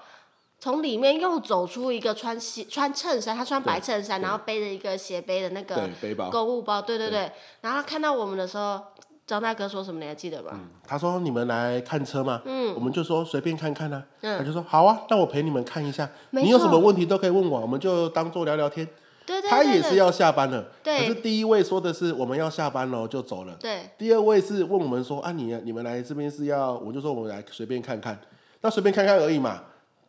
Speaker 2: 从里面又走出一个穿西穿衬衫，他穿白衬衫，然后背着一个斜背的那个
Speaker 1: 对背包
Speaker 2: 购物包，对对对。然后他看到我们的时候，张大哥说什么？你还记得吗？
Speaker 1: 他说你们来看车吗？嗯，我们就说随便看看啊。
Speaker 2: 嗯
Speaker 1: 他就说好啊，那我陪你们看一下，
Speaker 2: 没
Speaker 1: 你有什
Speaker 2: 错
Speaker 1: 么问题都可以问我，我们就当做聊聊天。
Speaker 2: 对对对
Speaker 1: 他也
Speaker 2: 对
Speaker 1: 是要下班了，
Speaker 2: 对
Speaker 1: 可是第一位说的是我们要下班了就走了，
Speaker 2: 对
Speaker 1: 第二位是问我们说啊你你们来这边是要，我就说我们来随便看看，那随便看看而已嘛。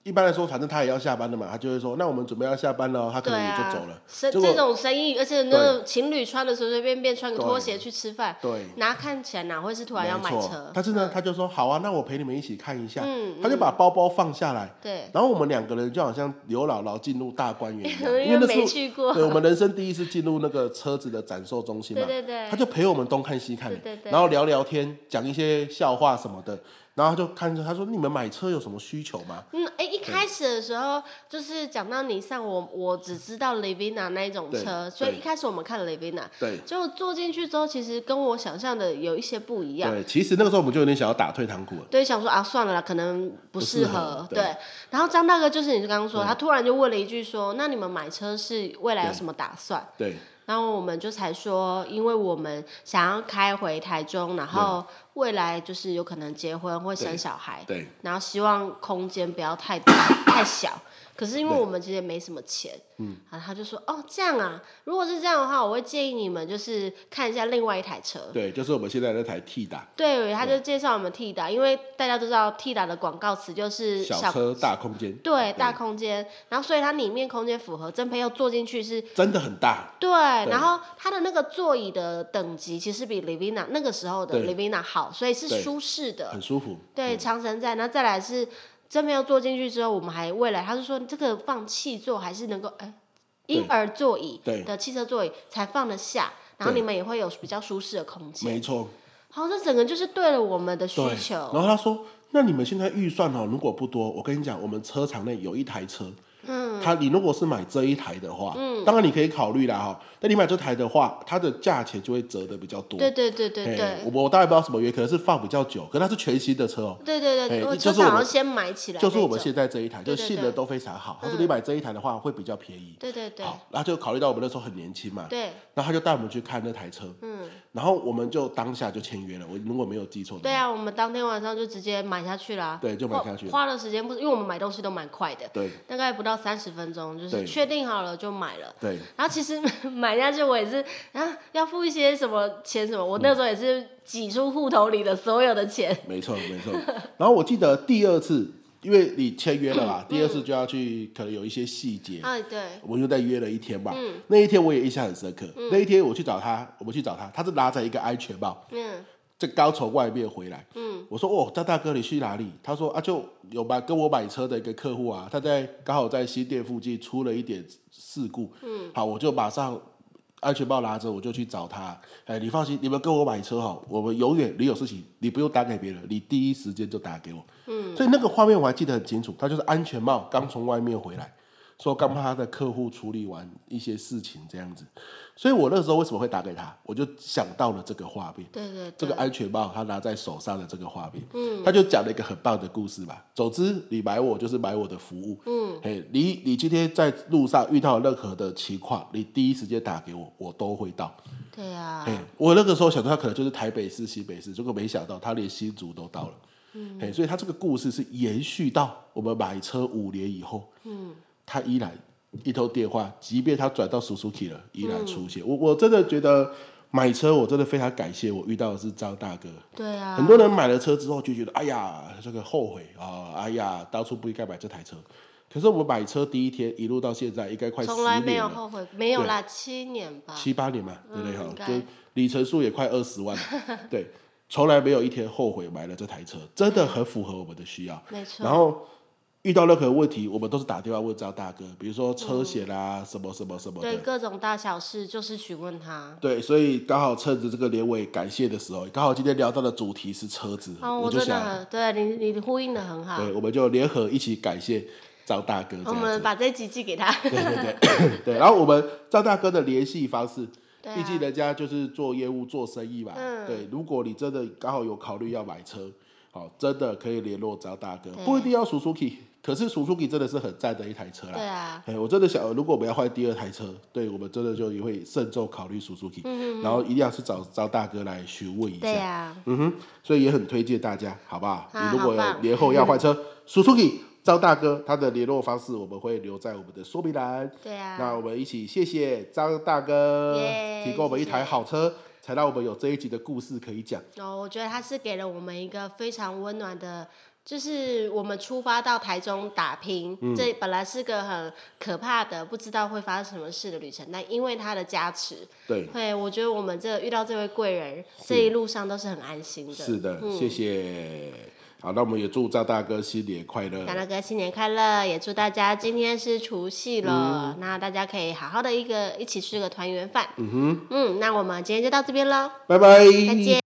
Speaker 1: 一般来说，反正他也要下班的嘛，他就会说那我们准备要下班了哦，他可
Speaker 2: 对
Speaker 1: 能也
Speaker 2: 啊，
Speaker 1: 就走了。
Speaker 2: 生
Speaker 1: 结果
Speaker 2: 这种生意，而且那种情侣穿的随随便便穿个拖鞋去吃饭，
Speaker 1: 对
Speaker 2: 哪看起来哪会是突然要
Speaker 1: 没
Speaker 2: 买
Speaker 1: 错
Speaker 2: 车，？嗯
Speaker 1: 但是呢，他就说好啊，那我陪你们一起看一下，他就把包包放下来，
Speaker 2: 对，
Speaker 1: 然后我们两个人就好像刘姥姥进入大观园一样，
Speaker 2: 因
Speaker 1: 为
Speaker 2: 为
Speaker 1: 那是
Speaker 2: 没去过
Speaker 1: 对我们人生第一次进入那个车子的展售中心嘛，
Speaker 2: 对对对
Speaker 1: 他就陪我们东看西看，欸
Speaker 2: 对对对
Speaker 1: 然后聊聊天，讲一些笑话什么的，然后他就看着他说：“你们买车有什么需求吗
Speaker 2: 嗯，哎，一开始的时候就是讲到尼桑，我我只知道 Livina 那一种车，
Speaker 1: 对
Speaker 2: 所以
Speaker 1: 对
Speaker 2: 一开始我们看 Livina，？”
Speaker 1: 对
Speaker 2: 结果坐进去之后，其实跟我想象的有一些不一样。
Speaker 1: 对，其实那个时候我们就有点想要打退堂鼓了，
Speaker 2: 对，想说啊，算了啦，可能不适
Speaker 1: 不适合
Speaker 2: 对
Speaker 1: 对
Speaker 2: 然后张大哥就是你刚刚说，他突然就问了一句说：“那你们买车是未来有什么打算？”
Speaker 1: 对
Speaker 2: 然后我们就才说，因为我们想要开回台中，然后未来就是有可能结婚或生小孩，
Speaker 1: 对
Speaker 2: 然后希望空间不要太大太小。可是因为
Speaker 1: 对
Speaker 2: 我们其实也没什么钱，嗯，然后他就说，哦，这样啊，如果是这样的话，我会建议你们就是看一下另外一台车。
Speaker 1: 对，就是我们现在那台 T 打
Speaker 2: 对，他就介绍我们 T 达，因为大家都知道 T 达的广告词就是
Speaker 1: 小车大空间，
Speaker 2: 对大空间，然后所以它里面空间符合，真朋友坐进去是
Speaker 1: 真的很大，
Speaker 2: 对，然后它的那个座椅的等级其实比 Livina 那个时候的
Speaker 1: 对
Speaker 2: Livina 好，所以是
Speaker 1: 对嗯
Speaker 2: 舒适的
Speaker 1: 很。舒服。
Speaker 2: 对，长城在，那再来是真没有坐进去之后，我们还未来他是说这个放气座还是能够哎婴儿座椅
Speaker 1: 对
Speaker 2: 的汽车座椅才放得下，然后
Speaker 1: 对
Speaker 2: 你们也会有比较舒适的空间。
Speaker 1: 没错，
Speaker 2: 好，这整个就是对了我们的需
Speaker 1: 对。嗯然
Speaker 2: 求。
Speaker 1: 后他说：“那你们现在预算哦，如果不多，我跟你讲，我们车场内有一台车，嗯，他你如果是买这一台的话，嗯，当然你可以考虑啦哈、但你买这台的话，它的价钱就会折的比较多。
Speaker 2: 对对对对
Speaker 1: 嘿
Speaker 2: 对。
Speaker 1: 我我大概不知道什么原因，可能是放比较久，可它是全新的车哦。
Speaker 2: 对对对，
Speaker 1: 哎
Speaker 2: 我
Speaker 1: 就
Speaker 2: 车
Speaker 1: 是我
Speaker 2: 厂要
Speaker 1: 们
Speaker 2: 先买起来那
Speaker 1: 就
Speaker 2: 种，
Speaker 1: 是我们现在这一台，就
Speaker 2: 对
Speaker 1: 是
Speaker 2: 对
Speaker 1: 性
Speaker 2: 对
Speaker 1: 能都非常好。他说你买这一台的话会比较便宜。
Speaker 2: 对对对
Speaker 1: 好，然后就考虑到我们那时候很年轻嘛，
Speaker 2: 对
Speaker 1: 然后他就带我们去看那台车，嗯，然后我们就当下就签约了。我如果没有记错的
Speaker 2: 对
Speaker 1: 话，
Speaker 2: 啊，我们当天晚上就直接买下去啦，
Speaker 1: 对就买
Speaker 2: 花
Speaker 1: 下去了
Speaker 2: 花的时间不，因为我们买东西都蛮快的，
Speaker 1: 对
Speaker 2: 大概不到三十分钟，就是
Speaker 1: 对
Speaker 2: 确定好了就买了。
Speaker 1: 对
Speaker 2: 然后其实 买下去我也是，啊，要付一些什么钱什么，我那时候也是挤出户头里的所有的钱，
Speaker 1: 没错，没错。然后我记得第二次，因为你签约了嘛，第二次就要去，可能有一些细节，
Speaker 2: 哎，对，
Speaker 1: 我们又再约了一天吧。那一天我也印象很深刻。那一天我去找他，我们去找他，他是拿着一个安全帽，
Speaker 2: 嗯，
Speaker 1: 在高从外面回来。我说哦，张大哥你去哪里？他说啊，就有买跟我买车的一个客户啊，他在刚好在新店附近出了一点事故。好，我就马上。安全帽拿着，我就去找他。哎，你放心，你们跟我买车哈，我们永远你有事情，你不用打给别人，你第一时间就打给我。嗯，所以那个画面我还记得很清楚，他就是安全帽刚从外面回来，说刚帮他的客户处理完一些事情这样子。所以我那时候为什么会打给他，我就想到了这个画面。
Speaker 2: 对对
Speaker 1: 这
Speaker 2: 对
Speaker 1: 个哎安全帽他拿在手上的这个画面，嗯，他就讲了一个很棒的故事吧。总之，你买我就是买我的服务，嗯，嘿，你你今天在路上遇到任何的情况，你第一时间打给我，我都会到。
Speaker 2: 对啊
Speaker 1: 嘿，，哎我那个时候想说他可能就是台北市、新北市，结果没想到他连新竹都到了，嗯，嘿，所以他这个故事是延续到我们买车五年以后，嗯，他依然一通电话，即便他转到 Suzuki 了，依然出
Speaker 2: 嗯
Speaker 1: 现。我我真的觉得。买车，我真的非常感谢我遇到的是张大哥，
Speaker 2: 对啊
Speaker 1: 很，多人买了车之后就觉得，哎呀，这个后悔啊、哎呀，当初不应该买这台车。可是我们买车第一天一路到现在，应该快十
Speaker 2: 从来没
Speaker 1: 年
Speaker 2: 有
Speaker 1: 了，
Speaker 2: 后悔，没有啦，七年吧，
Speaker 1: 七八年嘛，对不对？
Speaker 2: 啊嗯
Speaker 1: 哈、
Speaker 2: 应该
Speaker 1: 就里程数也快二十万了，对。从来没有一天后悔买了这台车，真的很符合我们的需要。
Speaker 2: 没错。
Speaker 1: 然后遇到任何问题，我们都是打电话问张大哥，比如说车险啊，什么什么什么
Speaker 2: 嗯对
Speaker 1: 的。
Speaker 2: 各种大小事，就是询问他。
Speaker 1: 对，所以刚好趁着这个年尾感谢的时候，刚好今天聊到的主题是车子，
Speaker 2: 哦，
Speaker 1: 我
Speaker 2: 我
Speaker 1: 就
Speaker 2: 真的
Speaker 1: 想，
Speaker 2: 很对你，你呼应的很好。
Speaker 1: 对，我们就联合一起感谢张大哥这
Speaker 2: 我
Speaker 1: 样
Speaker 2: 们
Speaker 1: 子。
Speaker 2: 把这集寄给他。
Speaker 1: 对对 对对，然后我们张大哥的联系方式，
Speaker 2: 对
Speaker 1: 毕竟
Speaker 2: 啊，
Speaker 1: 人家就是做业务、做生意嘛。
Speaker 2: 嗯
Speaker 1: 对，如果你真的刚好有考虑要买车，好、真的可以联络张大哥，不一定要 Suzuki，可是 Suzuki 真的是很赞的一台车啦。
Speaker 2: 对啊，
Speaker 1: 哎，我真的想，如果我们要换第二台车，对我们真的就也会慎重考虑 Suzuki，、然后一定要去找张大哥来询问一
Speaker 2: 嗯对
Speaker 1: 下。
Speaker 2: 啊，
Speaker 1: 嗯哼，所以也很推荐大家，好不好？
Speaker 2: 啊
Speaker 1: 你如果
Speaker 2: 好棒
Speaker 1: 年后要换车，Suzuki 张大哥他的联络方式我们会留在我们的说明栏。
Speaker 2: 对啊。
Speaker 1: 那我们一起谢谢张大哥
Speaker 2: 耶
Speaker 1: 提供我们一台
Speaker 2: 谢谢
Speaker 1: 好车，才让我们有这一集的故事可以讲。
Speaker 2: 哦，我觉得他是给了我们一个非常温暖的，就是我们出发到台中打拼，
Speaker 1: 嗯
Speaker 2: 这本来是个很可怕的，不知道会发生什么事的旅程，但因为他的加持，
Speaker 1: 对，
Speaker 2: 对，我觉得我们这个遇到这位贵人，这一路上都是很安心的。
Speaker 1: 是的，
Speaker 2: 嗯
Speaker 1: 谢谢。好，那我们也祝张大哥新年快乐
Speaker 2: 大。大哥新年快乐！也祝大家今天是除夕了，那大家可以嗯好好的一个一起吃个团圆饭。嗯哼，嗯，那我们今天就到这边喽，
Speaker 1: 拜拜，
Speaker 2: 再见。